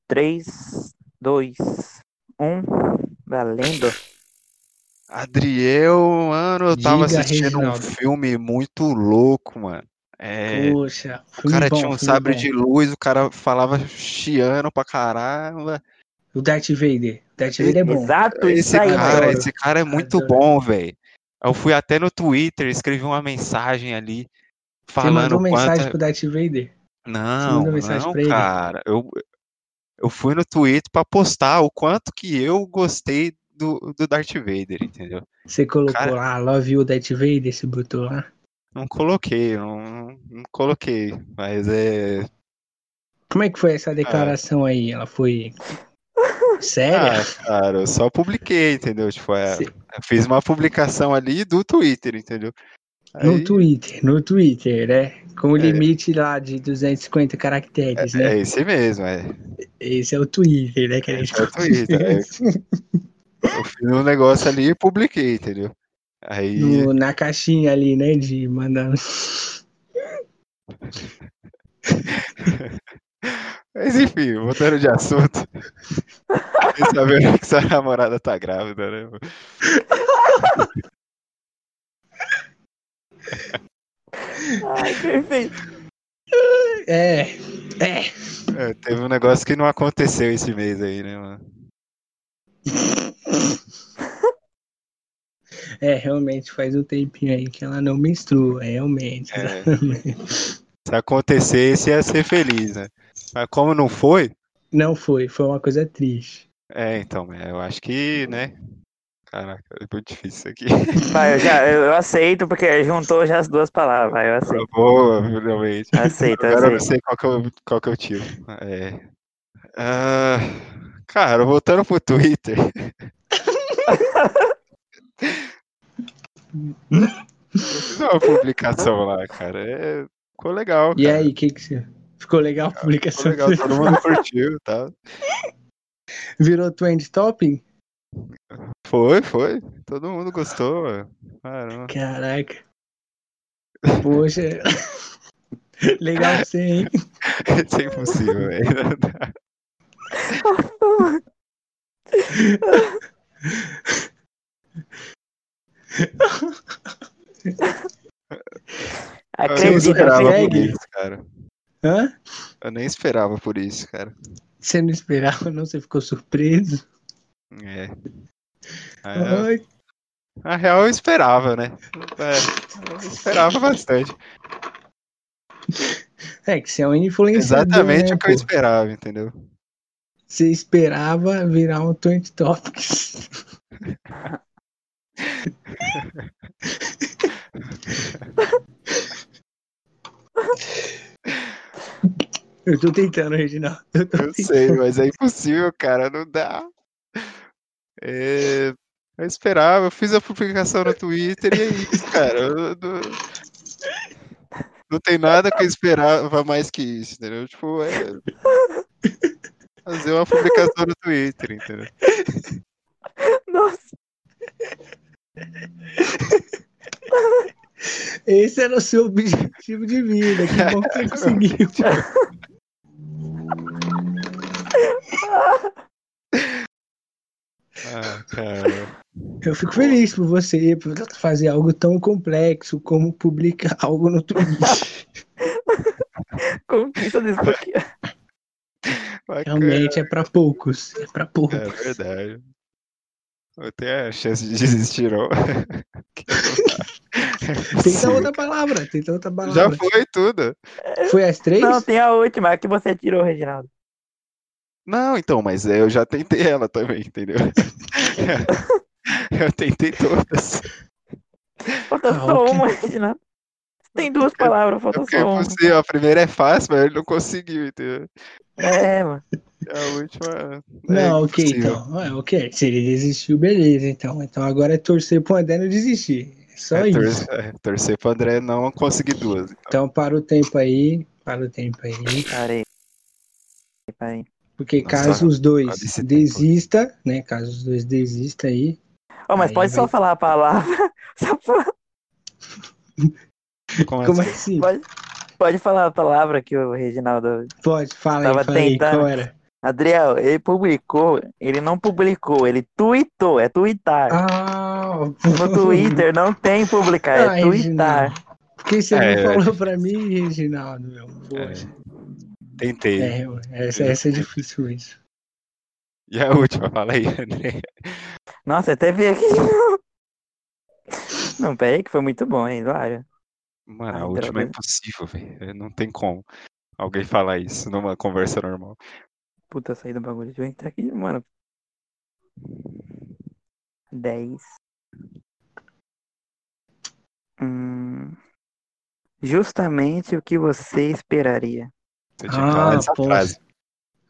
Speaker 3: 3, 2, 1. Valendo.
Speaker 4: Adriel, mano, eu tava
Speaker 2: Diga,
Speaker 4: assistindo um
Speaker 2: Reginaldo.
Speaker 4: filme muito louco, mano. É,
Speaker 2: Poxa,
Speaker 4: o
Speaker 2: filme
Speaker 4: cara
Speaker 2: bom,
Speaker 4: tinha um
Speaker 2: filme
Speaker 4: sabre
Speaker 2: bom.
Speaker 4: de luz, o cara falava chiano pra caramba.
Speaker 2: O Darth Vader. O Darth Vader é bom.
Speaker 3: Exato,
Speaker 4: Esse
Speaker 3: isso aí,
Speaker 4: cara,
Speaker 2: adoro.
Speaker 3: mano.
Speaker 4: esse cara é muito
Speaker 2: Adoro.
Speaker 4: bom, velho. Eu fui até no Twitter, escrevi uma mensagem ali
Speaker 2: Você
Speaker 4: falando é-
Speaker 2: mandou mensagem
Speaker 4: quanta...
Speaker 2: pro Darth Vader?
Speaker 4: Não,
Speaker 2: mandou mensagem
Speaker 4: não,
Speaker 2: pra ele?
Speaker 4: cara. Eu, eu fui no Twitter pra postar o quanto que eu gostei do, do Darth Vader, entendeu?
Speaker 2: Você colocou
Speaker 4: Cara-
Speaker 2: lá, Love You Darth Vader, você botou lá.
Speaker 4: Não coloquei, eu não, não coloquei, mas é.
Speaker 2: Como é que foi essa declaração aí? Ela foi. Séria?
Speaker 4: Ah, cara, eu só publiquei, entendeu? Tipo, é,
Speaker 2: Você-
Speaker 4: eu fiz uma publicação ali do Twitter, entendeu?
Speaker 2: No
Speaker 4: Aí-
Speaker 2: Twitter, no Twitter, né? Com o
Speaker 4: É.
Speaker 2: limite lá de 250 caracteres, né?
Speaker 4: é esse mesmo, é.
Speaker 2: Esse é o Twitter, né? Que a gente
Speaker 4: Esse é o Twitter, é. Eu fiz um negócio ali e publiquei, entendeu? Aí.
Speaker 2: No- na caixinha ali, né? De mandar.
Speaker 4: Mas enfim, voltando de assunto. Fiquei sabendo que sua namorada tá grávida, né? mano?
Speaker 3: Ai, perfeito.
Speaker 2: É, é.
Speaker 4: É, teve um negócio que não aconteceu esse mês aí, né, mano?
Speaker 2: É, realmente faz um tempinho aí que ela não menstrua, realmente.
Speaker 4: É. Se acontecesse, ia ser feliz, né? Mas como não foi,
Speaker 2: Não foi, foi uma coisa triste.
Speaker 4: é, então, é, eu acho que, né? Caraca, é muito difícil isso aqui.
Speaker 3: Vai, eu, já, eu eu aceito, porque juntou já as duas palavras. Vai, eu aceito,
Speaker 4: Boa, finalmente.
Speaker 3: aceito,
Speaker 4: Agora eu não
Speaker 3: aceito.
Speaker 4: sei qual que eu, qual que eu tiro. É. Ah, cara, voltando pro Twitter. Eu fiz uma publicação lá, cara. É, ficou legal.
Speaker 2: E é
Speaker 4: cara.
Speaker 2: aí, o que que você. Ficou legal a
Speaker 4: Ficou
Speaker 2: publicação?
Speaker 4: legal, todo mundo curtiu, tá?
Speaker 2: Virou trend topping?
Speaker 4: Foi, foi. Todo mundo gostou. mano. Caramba.
Speaker 2: Caraca. Poxa. legal sim, hein?
Speaker 4: Isso é impossível, velho. Não dá.
Speaker 3: É
Speaker 4: Eu nem
Speaker 2: Acredita,
Speaker 4: esperava por
Speaker 2: segue.
Speaker 4: isso, cara.
Speaker 2: Hã?
Speaker 4: Eu nem esperava por isso, cara.
Speaker 2: Você não esperava, não? Você ficou surpreso?
Speaker 4: É. Ah,
Speaker 2: Ai,
Speaker 4: Na real, eu esperava, né? É, eu esperava bastante.
Speaker 2: É que você é um influenciador.
Speaker 4: Exatamente
Speaker 2: né,
Speaker 4: o que eu
Speaker 2: pô?
Speaker 4: esperava, entendeu?
Speaker 2: Você esperava virar um Trend Topics. Eu tô tentando, Reginaldo. Eu tô
Speaker 4: Eu
Speaker 2: tentando.
Speaker 4: sei, mas é impossível, cara, não dá. É, eu esperava, eu fiz a publicação no Twitter e é isso, cara. Eu não, não tem nada que eu esperava mais que isso, entendeu? Tipo, é. Fazer uma publicação no Twitter, entendeu?
Speaker 3: Nossa,
Speaker 2: Esse era o seu objetivo de vida. Que bom que você conseguiu.
Speaker 4: Ah, cara.
Speaker 2: Eu fico feliz por você, por fazer algo tão complexo como publicar algo no Twitter.
Speaker 3: conquista desbloqueada.
Speaker 4: Bacana.
Speaker 2: Realmente é pra poucos. É pra poucos.
Speaker 4: É verdade. Vou ter a chance de desistir, não. Que não dá. É
Speaker 2: Tenta
Speaker 4: possível.
Speaker 2: outra palavra. Tenta outra
Speaker 4: Já
Speaker 2: palavra.
Speaker 4: foi tudo.
Speaker 2: Foi às três?
Speaker 3: Não, tem a última, a que você tirou, Reginaldo.
Speaker 4: Não, então, mas é, eu já tentei ela também, entendeu? Eu tentei todas.
Speaker 3: Falta
Speaker 2: Ah,
Speaker 3: só
Speaker 2: ok.
Speaker 3: uma, Reginaldo. Tem duas palavras,
Speaker 4: É
Speaker 2: Tá
Speaker 3: falta
Speaker 4: porque é
Speaker 3: só uma.
Speaker 4: possível. A primeira é fácil, mas ele não conseguiu, entendeu?
Speaker 3: É, mano.
Speaker 4: A última. é
Speaker 2: Não, ok,
Speaker 4: impossível.
Speaker 2: então. É, ok. Se ele desistiu, beleza, então. Então agora é torcer pro André não desistir. É só
Speaker 4: É,
Speaker 2: isso.
Speaker 4: torcer, é, torcer pro André não conseguir duas.
Speaker 2: Então para o tempo aí. Para o tempo aí.
Speaker 3: Parei. Parei.
Speaker 2: Porque
Speaker 4: Nossa,
Speaker 2: caso os dois
Speaker 4: olha esse tempo.
Speaker 2: desista, né? Caso os dois desista aí.
Speaker 3: Ó, mas
Speaker 2: Aí
Speaker 3: pode só
Speaker 2: vai-
Speaker 3: falar a palavra. Só pra-
Speaker 4: Como
Speaker 2: Como
Speaker 4: assim?
Speaker 2: assim?
Speaker 3: Pode, pode falar a palavra que o Reginaldo
Speaker 2: Pode, fala aí,
Speaker 3: Tava
Speaker 2: fala aí,
Speaker 3: tentando.
Speaker 2: qual era?
Speaker 3: Adriel, ele publicou, ele não publicou, ele tweetou, é tweetar.
Speaker 2: Ah,
Speaker 3: No Twitter não tem publicar, é
Speaker 2: Ai,
Speaker 3: tweetar.
Speaker 2: Reginaldo. que você
Speaker 4: É,
Speaker 2: não falou pra mim, Reginaldo, meu? Poxa.
Speaker 4: Tentei.
Speaker 2: É, eu- essa, essa é difícil mesmo.
Speaker 4: E a última, fala aí, André.
Speaker 3: Nossa, até vi aqui de novo. Não, peraí, que foi muito bom, hein, Eduardo?
Speaker 4: Mano,
Speaker 3: Ai,
Speaker 4: a última é
Speaker 3: droga.
Speaker 4: impossível, velho. Não tem como alguém falar isso numa conversa normal.
Speaker 3: Puta, eu saí do bagulho. Deixa eu entrar aqui, mano. 10. Hum, justamente o que você esperaria.
Speaker 4: Você tinha que falar
Speaker 2: Ah,
Speaker 4: dessa
Speaker 2: poxa.
Speaker 4: frase.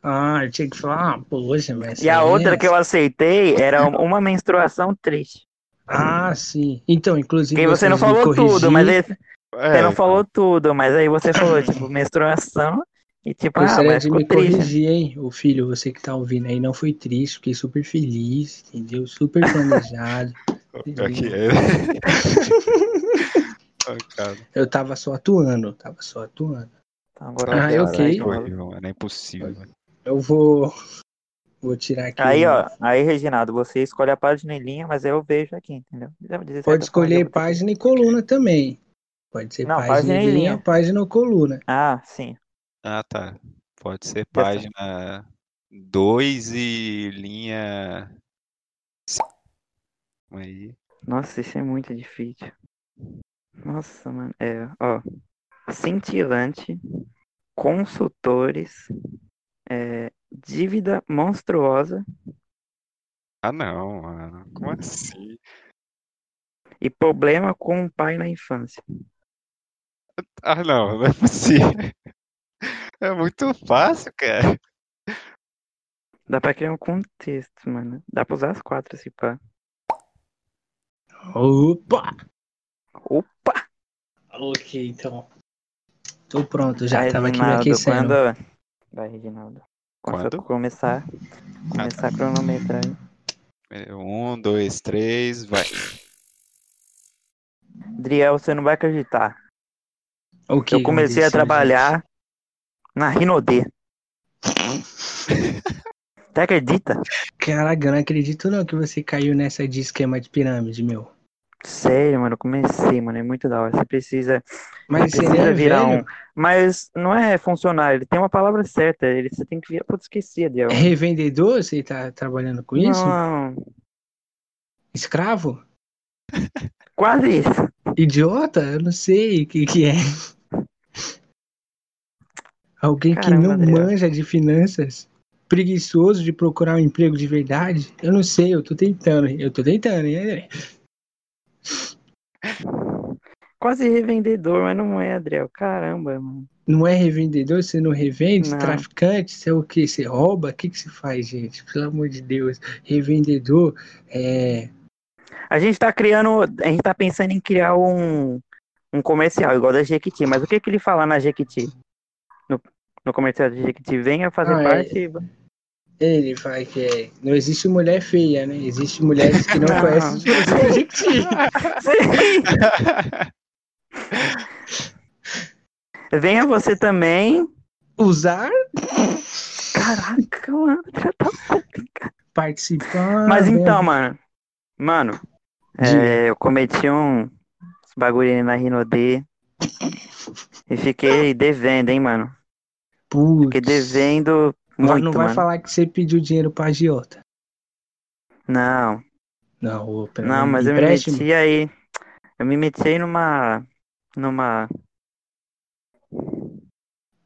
Speaker 2: Ah, eu tinha que falar, ah, poxa, mas.
Speaker 3: E a outra que
Speaker 2: eu.
Speaker 3: eu aceitei era um- uma menstruação triste.
Speaker 2: Ah, sim. Então, inclusive.
Speaker 3: Porque você não
Speaker 2: vocês me
Speaker 3: falou tudo,
Speaker 2: corrigiram.
Speaker 3: mas aí, você
Speaker 4: É,
Speaker 3: não falou tudo, mas aí você falou, tipo, menstruação e tipo, ah,
Speaker 2: Gostaria
Speaker 3: mas
Speaker 2: de
Speaker 3: ficou
Speaker 2: me
Speaker 3: triste.
Speaker 2: corrigir, hein, o filho, você que tá ouvindo aí, não foi triste, fiquei super feliz, entendeu? Super planejado.
Speaker 4: pior que é.
Speaker 3: Ah,
Speaker 4: Ai, cara.
Speaker 2: Eu tava só atuando, tava só atuando.
Speaker 3: Então, agora-
Speaker 2: Ah, eu
Speaker 4: Caralho,
Speaker 2: ok.
Speaker 4: que horrível, mano. É impossível. velho.
Speaker 2: Eu vou. Vou tirar aqui.
Speaker 3: Aí, ó, aí, Reginaldo, você escolhe a página em linha, mas eu vejo aqui, entendeu? Já de certa
Speaker 2: Pode
Speaker 3: forma, eu
Speaker 2: escolher
Speaker 3: vou ter-
Speaker 2: página e coluna também. Pode ser
Speaker 3: Não, é
Speaker 2: página, e linha, página ou coluna.
Speaker 3: Ah, sim.
Speaker 4: Ah, tá. Pode ser página 2 e linha. c- Aí.
Speaker 3: Nossa, isso é muito difícil. Nossa, mano. É, ó. Cintilante, consultores, é, dívida monstruosa
Speaker 4: Ah, não, mano. Como assim?
Speaker 3: e problema com o pai na infância.
Speaker 4: Ah, não, não é possível. É muito fácil, cara.
Speaker 3: Dá pra criar um contexto, mano. Dá pra usar as quatro, se pá.
Speaker 2: Opa!
Speaker 3: Opa!
Speaker 2: Ok, então. Tô pronto, já
Speaker 3: Vai,
Speaker 2: tava aqui me
Speaker 3: Reginaldo,
Speaker 2: aquecendo.
Speaker 3: quando- Vai, Reginaldo. Quando
Speaker 4: Quando?
Speaker 3: eu começar, começar a cronometrar. aí.
Speaker 4: Um, dois, três, vai.
Speaker 3: Driel, você não vai acreditar.
Speaker 2: O que
Speaker 3: eu comecei a
Speaker 2: aconteceu,
Speaker 3: trabalhar na Rinodê. Você acredita?
Speaker 2: gente? Caraca, eu não acredito não que você caiu nessa de esquema de pirâmide, meu.
Speaker 3: Sério, mano, eu comecei, mano, é muito da hora. Você precisa,
Speaker 2: Mas você
Speaker 3: precisa
Speaker 2: é
Speaker 3: virar
Speaker 2: velho?
Speaker 3: um. Mas não é funcionário, ele tem uma palavra certa. Ele, você tem que virar. Putz, esqueci, Adriel.
Speaker 2: É Revendedor? Você tá trabalhando com isso?
Speaker 3: Não,
Speaker 2: Escravo?
Speaker 3: quase isso.
Speaker 2: Idiota? Eu não sei o que, que é. Alguém
Speaker 3: Caramba,
Speaker 2: que não
Speaker 3: Adriano.
Speaker 2: manja de finanças? Preguiçoso de procurar um emprego de verdade? Eu não sei, eu tô tentando, eu tô tentando, hein, André?
Speaker 3: Quase revendedor, mas não é, Adriel. Caramba, mano.
Speaker 2: Não é revendedor, você não revende?
Speaker 3: Não.
Speaker 2: Traficante, você é o quê? Você rouba? O que, que você faz, gente? Pelo amor de Deus. Revendedor é.
Speaker 3: A gente tá criando. A gente tá pensando em criar um, um comercial, igual da Jequiti. Mas o que que ele fala na Jequiti? No, no comercial da Jequiti? Venha fazer
Speaker 2: Ah, é-
Speaker 3: parte. e
Speaker 2: Ele fala que é. Não existe mulher feia, né? Existe mulheres que não
Speaker 3: Não.
Speaker 2: conhecem os seus objetivos.
Speaker 3: Sim. Venha você também.
Speaker 2: Usar,
Speaker 3: Caraca, mano. já tá-
Speaker 2: participar.
Speaker 3: Mas
Speaker 2: né?
Speaker 3: então, mano. Mano,
Speaker 2: Diga.
Speaker 3: é, eu cometi um esse bagulho aí na Rinodê. E fiquei devendo, hein, mano. Fiquei
Speaker 2: Putz.
Speaker 3: devendo
Speaker 2: Mas
Speaker 3: muito,
Speaker 2: não vai
Speaker 3: mano.
Speaker 2: falar que você pediu dinheiro pra agiota.
Speaker 3: Não,
Speaker 2: Não, ô, pelo
Speaker 3: não,
Speaker 2: menos
Speaker 3: mas eu me
Speaker 2: empréstimo.
Speaker 3: meti aí. Eu me meti aí numa. Numa.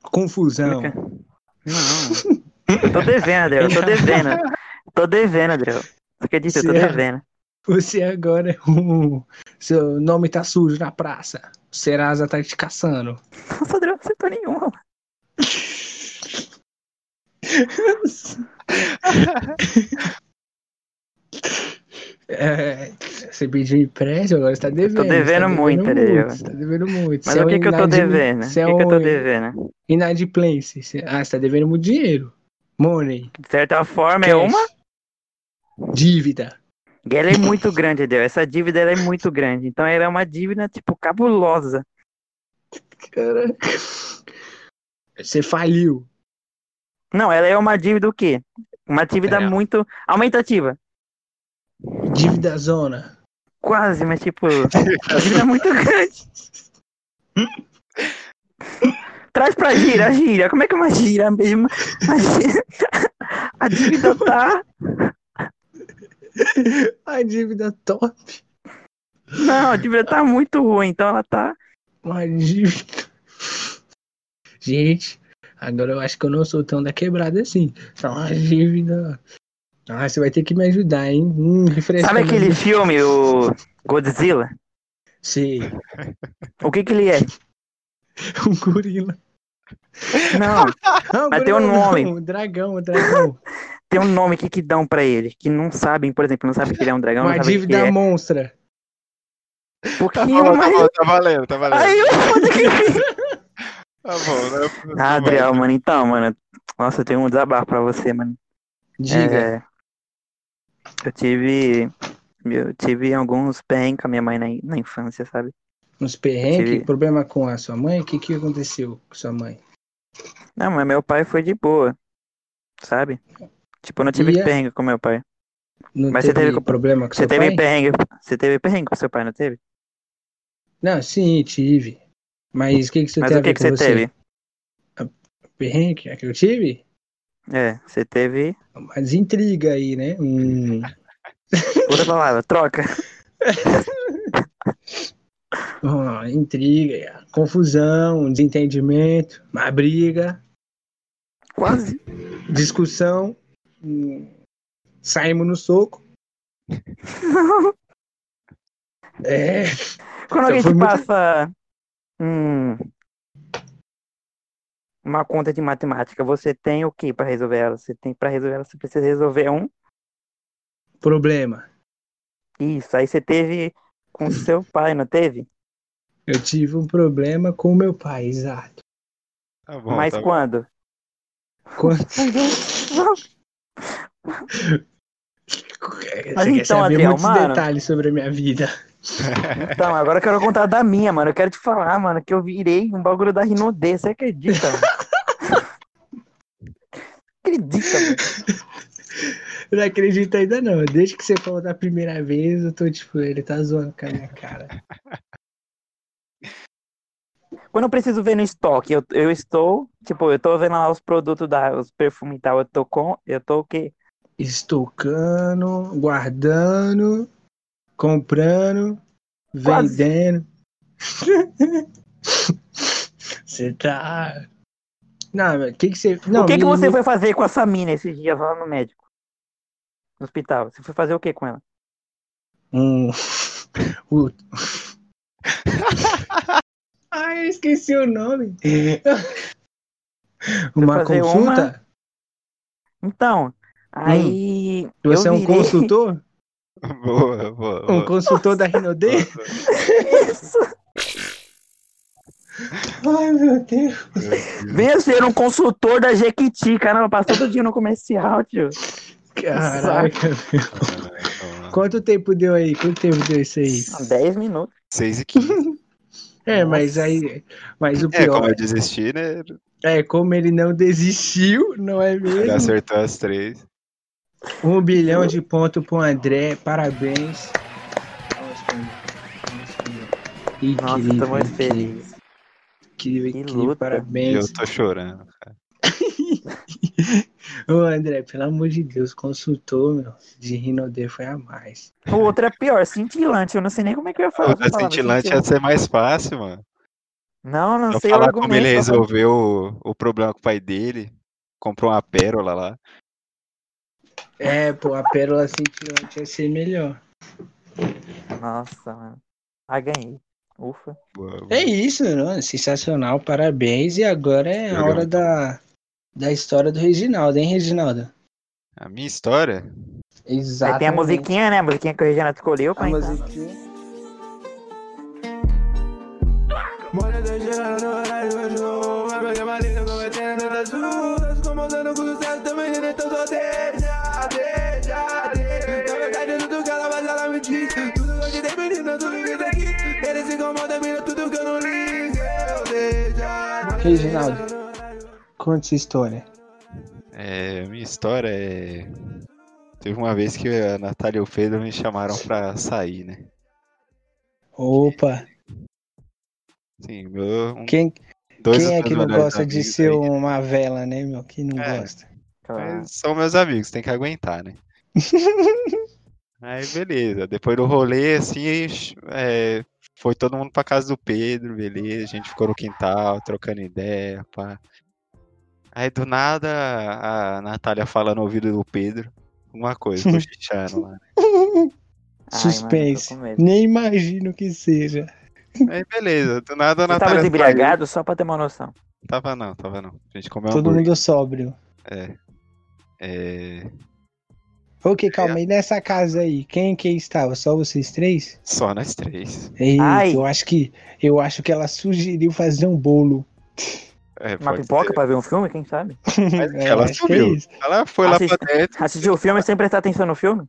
Speaker 2: Confusão.
Speaker 3: Como é que é? Não. Eu tô devendo, Adriel. Eu tô devendo. Tô devendo, Adriel. Você acredita? Eu tô
Speaker 2: Será?
Speaker 3: devendo.
Speaker 2: Você agora é um. Seu nome tá sujo na praça. O Serasa tá te caçando.
Speaker 3: Nossa, Adriel, não acertou nenhuma.
Speaker 2: É, você pediu empréstimo, agora você tá devendo.
Speaker 3: Tô devendo
Speaker 2: você tá
Speaker 3: muito, Adriel.
Speaker 2: Você tá devendo muito.
Speaker 3: Mas
Speaker 2: Você é
Speaker 3: o que
Speaker 2: um
Speaker 3: que eu tô
Speaker 2: inadimplente-
Speaker 3: devendo? O que
Speaker 2: Você é
Speaker 3: que eu tô
Speaker 2: um
Speaker 3: devendo?
Speaker 2: inadimplência. Você- Ah, você tá devendo muito dinheiro. Money.
Speaker 3: De certa forma, é
Speaker 2: cash,
Speaker 3: uma.
Speaker 2: Dívida.
Speaker 3: E ela é muito grande, Adriel. Essa dívida ela é muito grande. Então ela é uma dívida, tipo, cabulosa.
Speaker 2: Cara. Você faliu.
Speaker 3: Não, ela é uma dívida o quê? Uma dívida
Speaker 2: Pera.
Speaker 3: muito aumentativa.
Speaker 2: Dívida zona.
Speaker 3: é Quase, mas tipo, uma dívida muito grande. Traz pra gira, gira. Como é que é uma gira mesmo? A, gira... a dívida tá.
Speaker 2: A dívida top.
Speaker 3: Não, a dívida tá muito ruim, então ela tá.
Speaker 2: Uma dívida. Gente, agora eu acho que eu não sou tão da quebrada assim. Só uma dívida. Ah, você vai ter que me ajudar, hein? Hum, refresca
Speaker 3: Sabe
Speaker 2: a minha-
Speaker 3: aquele filme, o Godzilla?
Speaker 2: Sim,
Speaker 3: O que que ele é?
Speaker 2: um gorila.
Speaker 3: Não,
Speaker 2: Não,
Speaker 3: Mas
Speaker 2: gorila
Speaker 3: tem um nome.
Speaker 2: Não, um dragão, um dragão.
Speaker 3: tem um nome que que dão pra ele, que não sabem, por exemplo, não sabem que ele é um dragão,
Speaker 2: Uma
Speaker 3: não sabem que
Speaker 2: dívida
Speaker 3: ele é.
Speaker 2: monstra.
Speaker 3: Um
Speaker 4: Tá
Speaker 3: pouquinho
Speaker 4: bom, tá
Speaker 3: mais.
Speaker 4: bom, tá valendo, tá valendo.
Speaker 3: Aí eu foda que.
Speaker 4: Tá bom, né?
Speaker 3: Ah, Adriel, mano, então, mano. Nossa, eu tenho um desabafo pra você, mano.
Speaker 2: Diga.
Speaker 3: É, eu tive. Eu tive alguns perrengues com a minha mãe na, na infância, sabe?
Speaker 2: Uns perrengues,
Speaker 3: Sim.
Speaker 2: problema com a sua mãe? O que, que aconteceu com sua mãe?
Speaker 3: Não, mas meu pai foi de boa, sabe? Tipo, eu não tive
Speaker 2: E é-
Speaker 3: perrengue com meu pai.
Speaker 2: Não
Speaker 3: Mas você
Speaker 2: teve,
Speaker 3: teve-
Speaker 2: problema com
Speaker 3: Você
Speaker 2: seu
Speaker 3: teve
Speaker 2: pai?
Speaker 3: perrengue. Você teve perrengue com seu pai, não teve?
Speaker 2: Não, sim, tive. Mas o que, que você
Speaker 3: mas
Speaker 2: teve
Speaker 3: o que, que
Speaker 2: com
Speaker 3: você teve?
Speaker 2: Perrengue? É que eu tive?
Speaker 3: É, você teve.
Speaker 2: Mas intriga aí, né? Hum.
Speaker 3: Outra palavra, troca.
Speaker 2: Ah, intriga, confusão, um desentendimento, uma briga,
Speaker 3: Quase.
Speaker 2: discussão. hum, Saímos no soco. É,
Speaker 3: Quando
Speaker 2: Então,
Speaker 3: alguém
Speaker 2: foi
Speaker 3: te
Speaker 2: muito-
Speaker 3: passa um- uma conta de matemática, você tem o que pra resolver ela? Você tem pra resolver ela, você precisa resolver um.
Speaker 2: problema.
Speaker 3: Isso, aí você teve com seu pai, não teve?
Speaker 2: Eu tive um problema com meu pai, exato.
Speaker 4: Tá bom,
Speaker 3: Mas
Speaker 4: tá bom.
Speaker 3: quando?
Speaker 2: Quando...
Speaker 3: Mas
Speaker 2: Você quer
Speaker 3: então,
Speaker 2: saber
Speaker 3: Adriel,
Speaker 2: muitos
Speaker 3: mano-
Speaker 2: detalhes sobre a minha vida.
Speaker 3: Então, agora eu quero contar da minha, mano. Eu quero te falar, mano, que eu virei um bagulho da Rinodê, você acredita? mano? acredita, mano.
Speaker 2: Eu não acredito ainda não. Desde que você falou da primeira vez, eu tô tipo, ele tá zoando com a minha cara.
Speaker 3: Quando eu preciso ver no estoque, eu, eu estou, tipo, eu tô vendo lá os produtos da, os perfumes e tal, eu tô com, eu tô o quê?
Speaker 2: Estocando, guardando, comprando,
Speaker 3: Quase.
Speaker 2: vendendo. você tá. Não, mas o que, que você. Não,
Speaker 3: o que que
Speaker 2: me-
Speaker 3: você
Speaker 2: me-
Speaker 3: foi fazer com essa mina esses dias lá no médico? No hospital. Você foi fazer o que com ela?
Speaker 2: Um. o- Ai, eu esqueci o nome. é, Uma
Speaker 3: fazer uma-
Speaker 2: consulta?
Speaker 3: Então, aí
Speaker 2: Hum. Você é
Speaker 3: eu
Speaker 2: um
Speaker 3: virei...
Speaker 2: consultor?
Speaker 4: Boa, boa,
Speaker 2: Um
Speaker 4: boa.
Speaker 2: consultor da Rinode?
Speaker 3: Isso.
Speaker 2: Ai, meu Deus.
Speaker 3: Venha ser um consultor da Jequiti, caramba, passa todo dia no comercial, tio.
Speaker 2: Caraca. Quanto tempo deu aí? Quanto tempo deu isso aí?
Speaker 3: Há 10 minutos.
Speaker 4: 6 e 15.
Speaker 2: É, mas aí. Mas o
Speaker 4: É, como
Speaker 2: pior
Speaker 4: eu desisti, né?
Speaker 2: é como ele não desistiu, não é
Speaker 4: Ele
Speaker 2: mesmo?
Speaker 4: acertou as três.
Speaker 2: Um bilhão de ponto pro André, parabéns. Incrível,
Speaker 3: Nossa, eu tô
Speaker 2: incrível,
Speaker 3: muito feliz.
Speaker 2: Incrível,
Speaker 3: Que
Speaker 2: incrível,
Speaker 3: luta.
Speaker 4: E
Speaker 2: parabéns.
Speaker 4: eu tô chorando.
Speaker 2: Ô, André, pelo amor de Deus, consultor, meu, de Rinode foi a mais.
Speaker 3: O outro é pior, cintilante. Eu não sei nem como é que eu ia falar.
Speaker 4: O
Speaker 3: essa
Speaker 4: da
Speaker 3: palavra,
Speaker 4: cintilante ia ser mais fácil, mano.
Speaker 3: Não, não
Speaker 4: Só
Speaker 3: sei o
Speaker 4: falar como ele
Speaker 3: argumento.
Speaker 4: resolveu o, o problema com o pai dele. Comprou uma pérola lá.
Speaker 2: É, pô, a pérola cintilante ia ser melhor.
Speaker 3: Nossa, mano. Ah, ganhei. Ufa.
Speaker 4: Boa, boa.
Speaker 2: É isso, mano. Sensacional, parabéns. E agora é a
Speaker 4: Legal.
Speaker 2: hora da, da história do Reginaldo, hein, Reginaldo?
Speaker 4: A minha história?
Speaker 2: Exato.
Speaker 3: Aí tem a musiquinha, né? A musiquinha que o Reginaldo escolheu. então.
Speaker 2: A
Speaker 3: pra entrar.
Speaker 2: musiquinha.
Speaker 1: Mora deixando no horário hoje não Vai perder uma linda com metendo nas ruas Comandando com sucesso também nem tão só deixa, deixa, deixa Na verdade é tudo que ela faz ela me diz Tudo que eu te dei menina, tudo que tem aqui Ele se incomoda, mira tudo que eu não ligo Eu deixa, deixa
Speaker 2: Reginaldo, conte sua história.
Speaker 4: É, minha história é. Teve uma vez que a Natália e o Pedro me chamaram pra sair, né?
Speaker 2: Opa,
Speaker 4: Sim, meu, um,
Speaker 2: Quem,
Speaker 4: dois
Speaker 2: quem é
Speaker 4: dos
Speaker 2: que não
Speaker 4: melhores
Speaker 2: gosta de
Speaker 4: amigos
Speaker 2: ser
Speaker 4: aí,
Speaker 2: uma vela, né, meu? Quem não
Speaker 4: É.
Speaker 2: gosta?
Speaker 3: Claro.
Speaker 4: Mas são meus amigos, tem que aguentar, né? Aí beleza, depois do rolê, assim, é, foi todo mundo pra casa do Pedro, beleza, a gente ficou no quintal, trocando ideia, pá. Aí do nada a Natália fala no ouvido do Pedro alguma coisa, cochichando lá. né?
Speaker 3: Ai,
Speaker 2: Suspense.
Speaker 3: mano, eu tô com medo.
Speaker 2: Nem imagino que seja.
Speaker 4: Aí beleza, do nada a
Speaker 3: Você
Speaker 4: Natália.
Speaker 3: tava
Speaker 4: saiu.
Speaker 3: embriagado só pra ter uma noção.
Speaker 4: Tava não, tava não. A gente comeu
Speaker 2: Todo
Speaker 4: hambúrguer.
Speaker 2: mundo sóbrio.
Speaker 4: É,
Speaker 2: Ok, calma. E nessa casa aí, quem que estava? Só vocês três?
Speaker 4: Só nós três.
Speaker 2: Eita,
Speaker 3: Ai.
Speaker 2: eu acho que eu acho que ela sugeriu fazer um bolo.
Speaker 4: É,
Speaker 3: Uma
Speaker 4: pode
Speaker 3: pipoca
Speaker 4: ser.
Speaker 3: pra ver um filme, quem sabe?
Speaker 4: Mas ela
Speaker 2: acho que
Speaker 4: sumiu.
Speaker 2: é isso.
Speaker 4: Ela foi lá pra
Speaker 3: Assista.
Speaker 4: dentro.
Speaker 3: Assistir o filme sem prestar atenção no filme?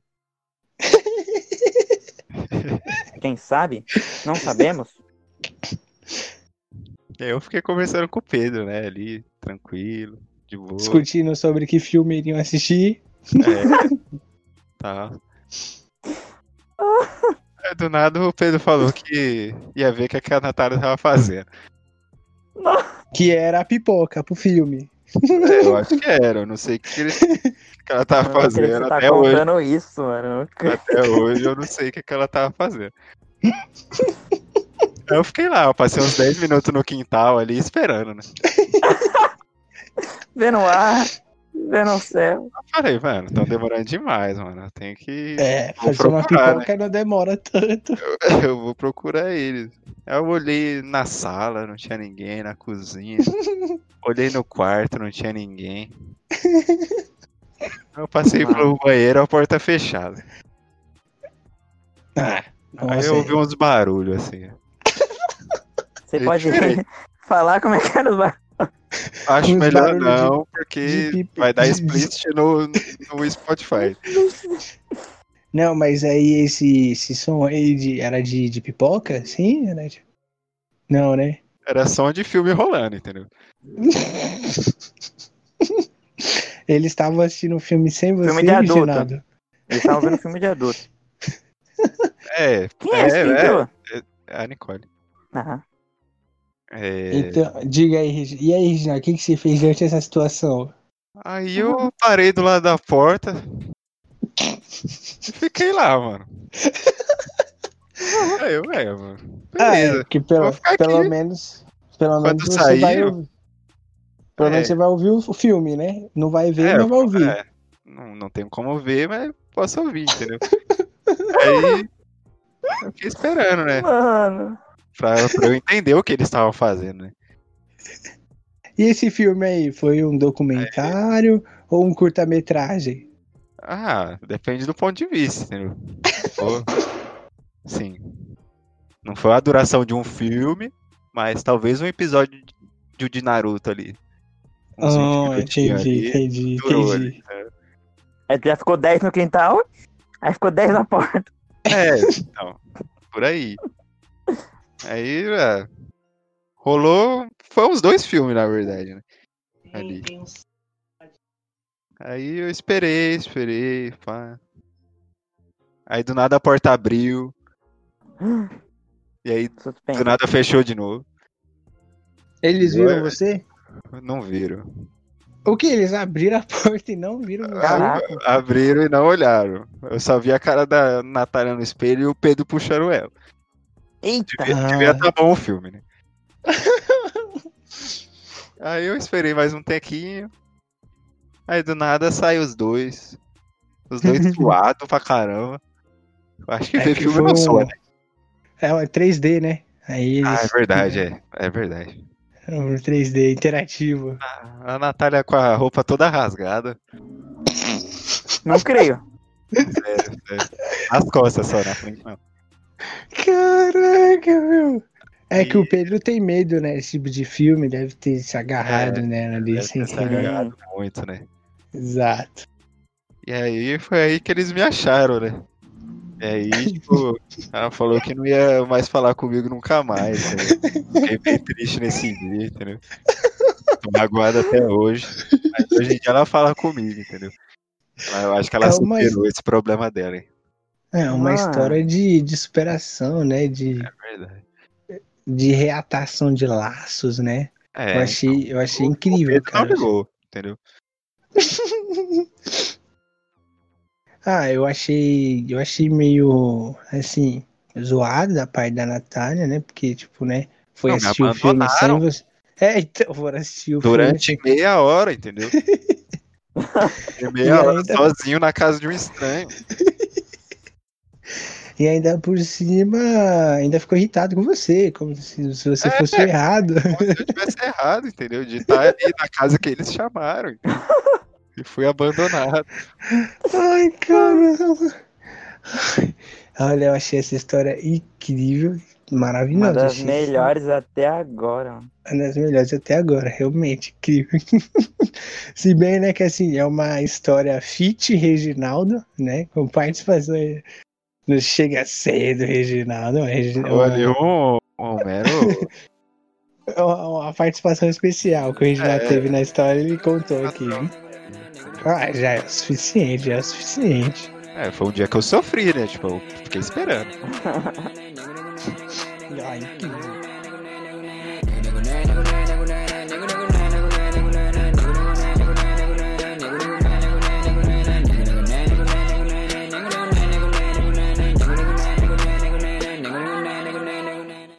Speaker 3: Quem sabe? Não sabemos.
Speaker 4: E aí Eu fiquei conversando com o Pedro, né? Ali, tranquilo, de boa.
Speaker 2: Discutindo sobre que filme iriam assistir.
Speaker 4: É, tal. Aí, Do nada o Pedro falou que ia ver o que que a Natália tava fazendo.
Speaker 2: Que era a pipoca pro filme.
Speaker 4: É, eu acho que era, eu não sei o que, que, ele- o que ela tava
Speaker 3: Mano, eu não acredito que
Speaker 4: fazendo
Speaker 3: você tá
Speaker 4: até hoje.
Speaker 3: contando isso, mano.
Speaker 4: Até hoje eu não sei o que, que ela tava fazendo. Aí Eu fiquei lá, eu passei uns 10 minutos no quintal ali esperando, né?
Speaker 3: Vendo o ar, vendo o céu.
Speaker 4: Eu falei, mano, tão demorando demais, mano. Eu tenho que.
Speaker 2: É,
Speaker 4: Vou
Speaker 2: fazer uma
Speaker 4: procurar, né?
Speaker 2: pipoca não demora tanto.
Speaker 4: Eu vou procurar eles. Aí eu olhei na sala, não tinha ninguém, na cozinha. olhei no quarto, não tinha ninguém. Eu passei
Speaker 3: Mano.
Speaker 4: pelo banheiro, a porta fechada.
Speaker 2: Ah,
Speaker 4: Aí
Speaker 2: nossa,
Speaker 4: eu ouvi uns barulhos assim.
Speaker 3: Você
Speaker 4: É
Speaker 3: pode
Speaker 4: diferente.
Speaker 3: falar como é que era o bar.
Speaker 4: Acho
Speaker 2: Uns
Speaker 4: melhor
Speaker 2: barulhos de-
Speaker 4: não,
Speaker 2: de
Speaker 4: porque
Speaker 2: pipi-
Speaker 4: vai dar
Speaker 2: de-
Speaker 4: split no, no Spotify.
Speaker 2: Não, mas aí esse, esse som aí de, era de, de pipoca? Sim, era de... Não, né?
Speaker 4: Era som de filme rolando, entendeu?
Speaker 2: Ele estava assistindo um filme sem você,
Speaker 3: de adulto.
Speaker 2: Reginaldo.
Speaker 3: Eles estavam vendo tá filme de adulto.
Speaker 4: É,
Speaker 3: Quem é esse
Speaker 4: É,
Speaker 2: então?
Speaker 3: pintor?
Speaker 4: a Nicole.
Speaker 3: Ah,
Speaker 4: É,
Speaker 2: Então, diga aí, Regi- e aí, Reginaldo, o que, que você fez diante dessa situação?
Speaker 4: Aí eu parei do lado da porta e fiquei lá, mano. Aí eu, é, mano.
Speaker 2: Ah, é,
Speaker 4: Beleza.
Speaker 2: que pelo,
Speaker 4: Vou ficar
Speaker 2: pelo
Speaker 4: aqui.
Speaker 2: menos, pelo
Speaker 4: Quando
Speaker 2: menos você
Speaker 4: sair,
Speaker 2: vai
Speaker 4: eu-
Speaker 2: ouvir. Pelo
Speaker 4: É.
Speaker 2: menos você vai ouvir o o filme, né? Não vai ver,
Speaker 4: É,
Speaker 2: não vai ouvir.
Speaker 4: é, não, não tenho como ver, mas posso ouvir, entendeu? Aí eu fiquei esperando, né?
Speaker 3: mano.
Speaker 4: Pra, pra eu entender o que eles estavam fazendo, né?
Speaker 2: E esse filme aí, foi um documentário ou um curta-metragem?
Speaker 4: Ah, depende do ponto de vista, entendeu? Pô, Sim. Não foi a duração de um filme, mas talvez um episódio de- de, de Naruto ali. Um Uns 20
Speaker 2: Ah,
Speaker 4: minutinhos
Speaker 2: entendi,
Speaker 4: ali.
Speaker 2: entendi,
Speaker 4: durou né?
Speaker 2: entendi.
Speaker 3: Aí tu já ficou 10 no quintal, aí ficou 10 na porta.
Speaker 4: É, então, por aí. Aí, é, rolou. Foi uns dois filmes, na verdade, né? Ali. Aí eu esperei, esperei, pá. Aí do nada a porta abriu. E aí do
Speaker 3: Suspense.
Speaker 4: nada fechou de novo.
Speaker 2: Eles
Speaker 4: Ué.
Speaker 2: viram você?
Speaker 4: Não viram.
Speaker 2: O que? Eles abriram a porta e não viram você?
Speaker 3: Caraca.
Speaker 4: Abriram e não olharam. Eu só vi a cara da Natália no espelho e o Pedro puxaram ela.
Speaker 3: Eita.
Speaker 4: Devia,
Speaker 2: Ah.
Speaker 4: devia tá bom o filme, né? Aí eu esperei mais um tequinho. Aí do nada saem os dois. Os dois suados pra caramba. Eu acho que
Speaker 2: É
Speaker 4: ver
Speaker 2: que
Speaker 4: filme
Speaker 2: foi
Speaker 4: não
Speaker 2: um-
Speaker 4: sua, né?
Speaker 2: É uma 3D, né? Aí eles.
Speaker 4: Ah, é verdade, é. É verdade.
Speaker 2: é um 3D interativo.
Speaker 4: A Natália com a roupa toda rasgada.
Speaker 3: Não creio.
Speaker 4: Sério, sério. As costas só na frente, não.
Speaker 2: Caraca, meu! É
Speaker 4: E-
Speaker 2: que o Pedro tem medo, né? Esse tipo de filme deve ter se agarrado, né? Ali
Speaker 4: É, Deve
Speaker 2: sem
Speaker 4: ter se
Speaker 2: querer.
Speaker 4: agarrado muito, né?
Speaker 2: Exato.
Speaker 4: E aí foi aí que eles me acharam, né? E aí, tipo, ela falou que não ia mais falar comigo nunca mais. né? Fiquei bem triste nesse dia, entendeu? Tô magoado até hoje. Mas hoje em dia ela fala comigo, entendeu? Mas Eu acho que ela
Speaker 2: É uma-
Speaker 4: superou esse problema dela, hein?
Speaker 2: É uma
Speaker 3: Ah.
Speaker 2: história de, de superação, né? De,
Speaker 4: É verdade.
Speaker 2: de reatação de laços, né?
Speaker 4: É,
Speaker 2: eu achei, eu achei incrível,
Speaker 4: Pedro
Speaker 2: cara.
Speaker 4: Não ligou, entendeu?
Speaker 2: ah, eu achei, eu achei meio assim zoado da parte da Natália, né? Porque tipo, né, foi
Speaker 4: Não, me
Speaker 2: assistir o filme sem
Speaker 4: abandonaram.
Speaker 2: você. É, então, foram assistir o
Speaker 4: Durante
Speaker 2: assim.
Speaker 4: meia hora, entendeu? E meia hora
Speaker 2: ainda-
Speaker 4: sozinho na casa de um estranho.
Speaker 2: filme e ainda por cima ainda ficou irritado com você, como se, se você
Speaker 4: É.
Speaker 2: fosse o errado.
Speaker 4: Como se eu tivesse errado, entendeu? De estar ali na casa que eles chamaram. entendeu? E fui abandonado.
Speaker 2: Ai, caramba! Ai, Olha, eu achei essa história incrível, maravilhosa.
Speaker 3: Uma das
Speaker 2: achei
Speaker 3: melhores até agora, mano.
Speaker 2: Uma das melhores até agora, realmente, incrível. Se bem, né, que assim, é uma história fit Reginaldo, né? Com participação do Chega Cedo, Reginaldo. é uma-
Speaker 4: Olha, o Homero
Speaker 2: é uma, uma participação especial que o Reginaldo
Speaker 4: É.
Speaker 2: teve na história, ele contou aqui. Ah, já é o suficiente, já é o suficiente.
Speaker 4: É, foi um dia que eu sofri, né? Tipo, eu fiquei esperando.
Speaker 2: Ai, que...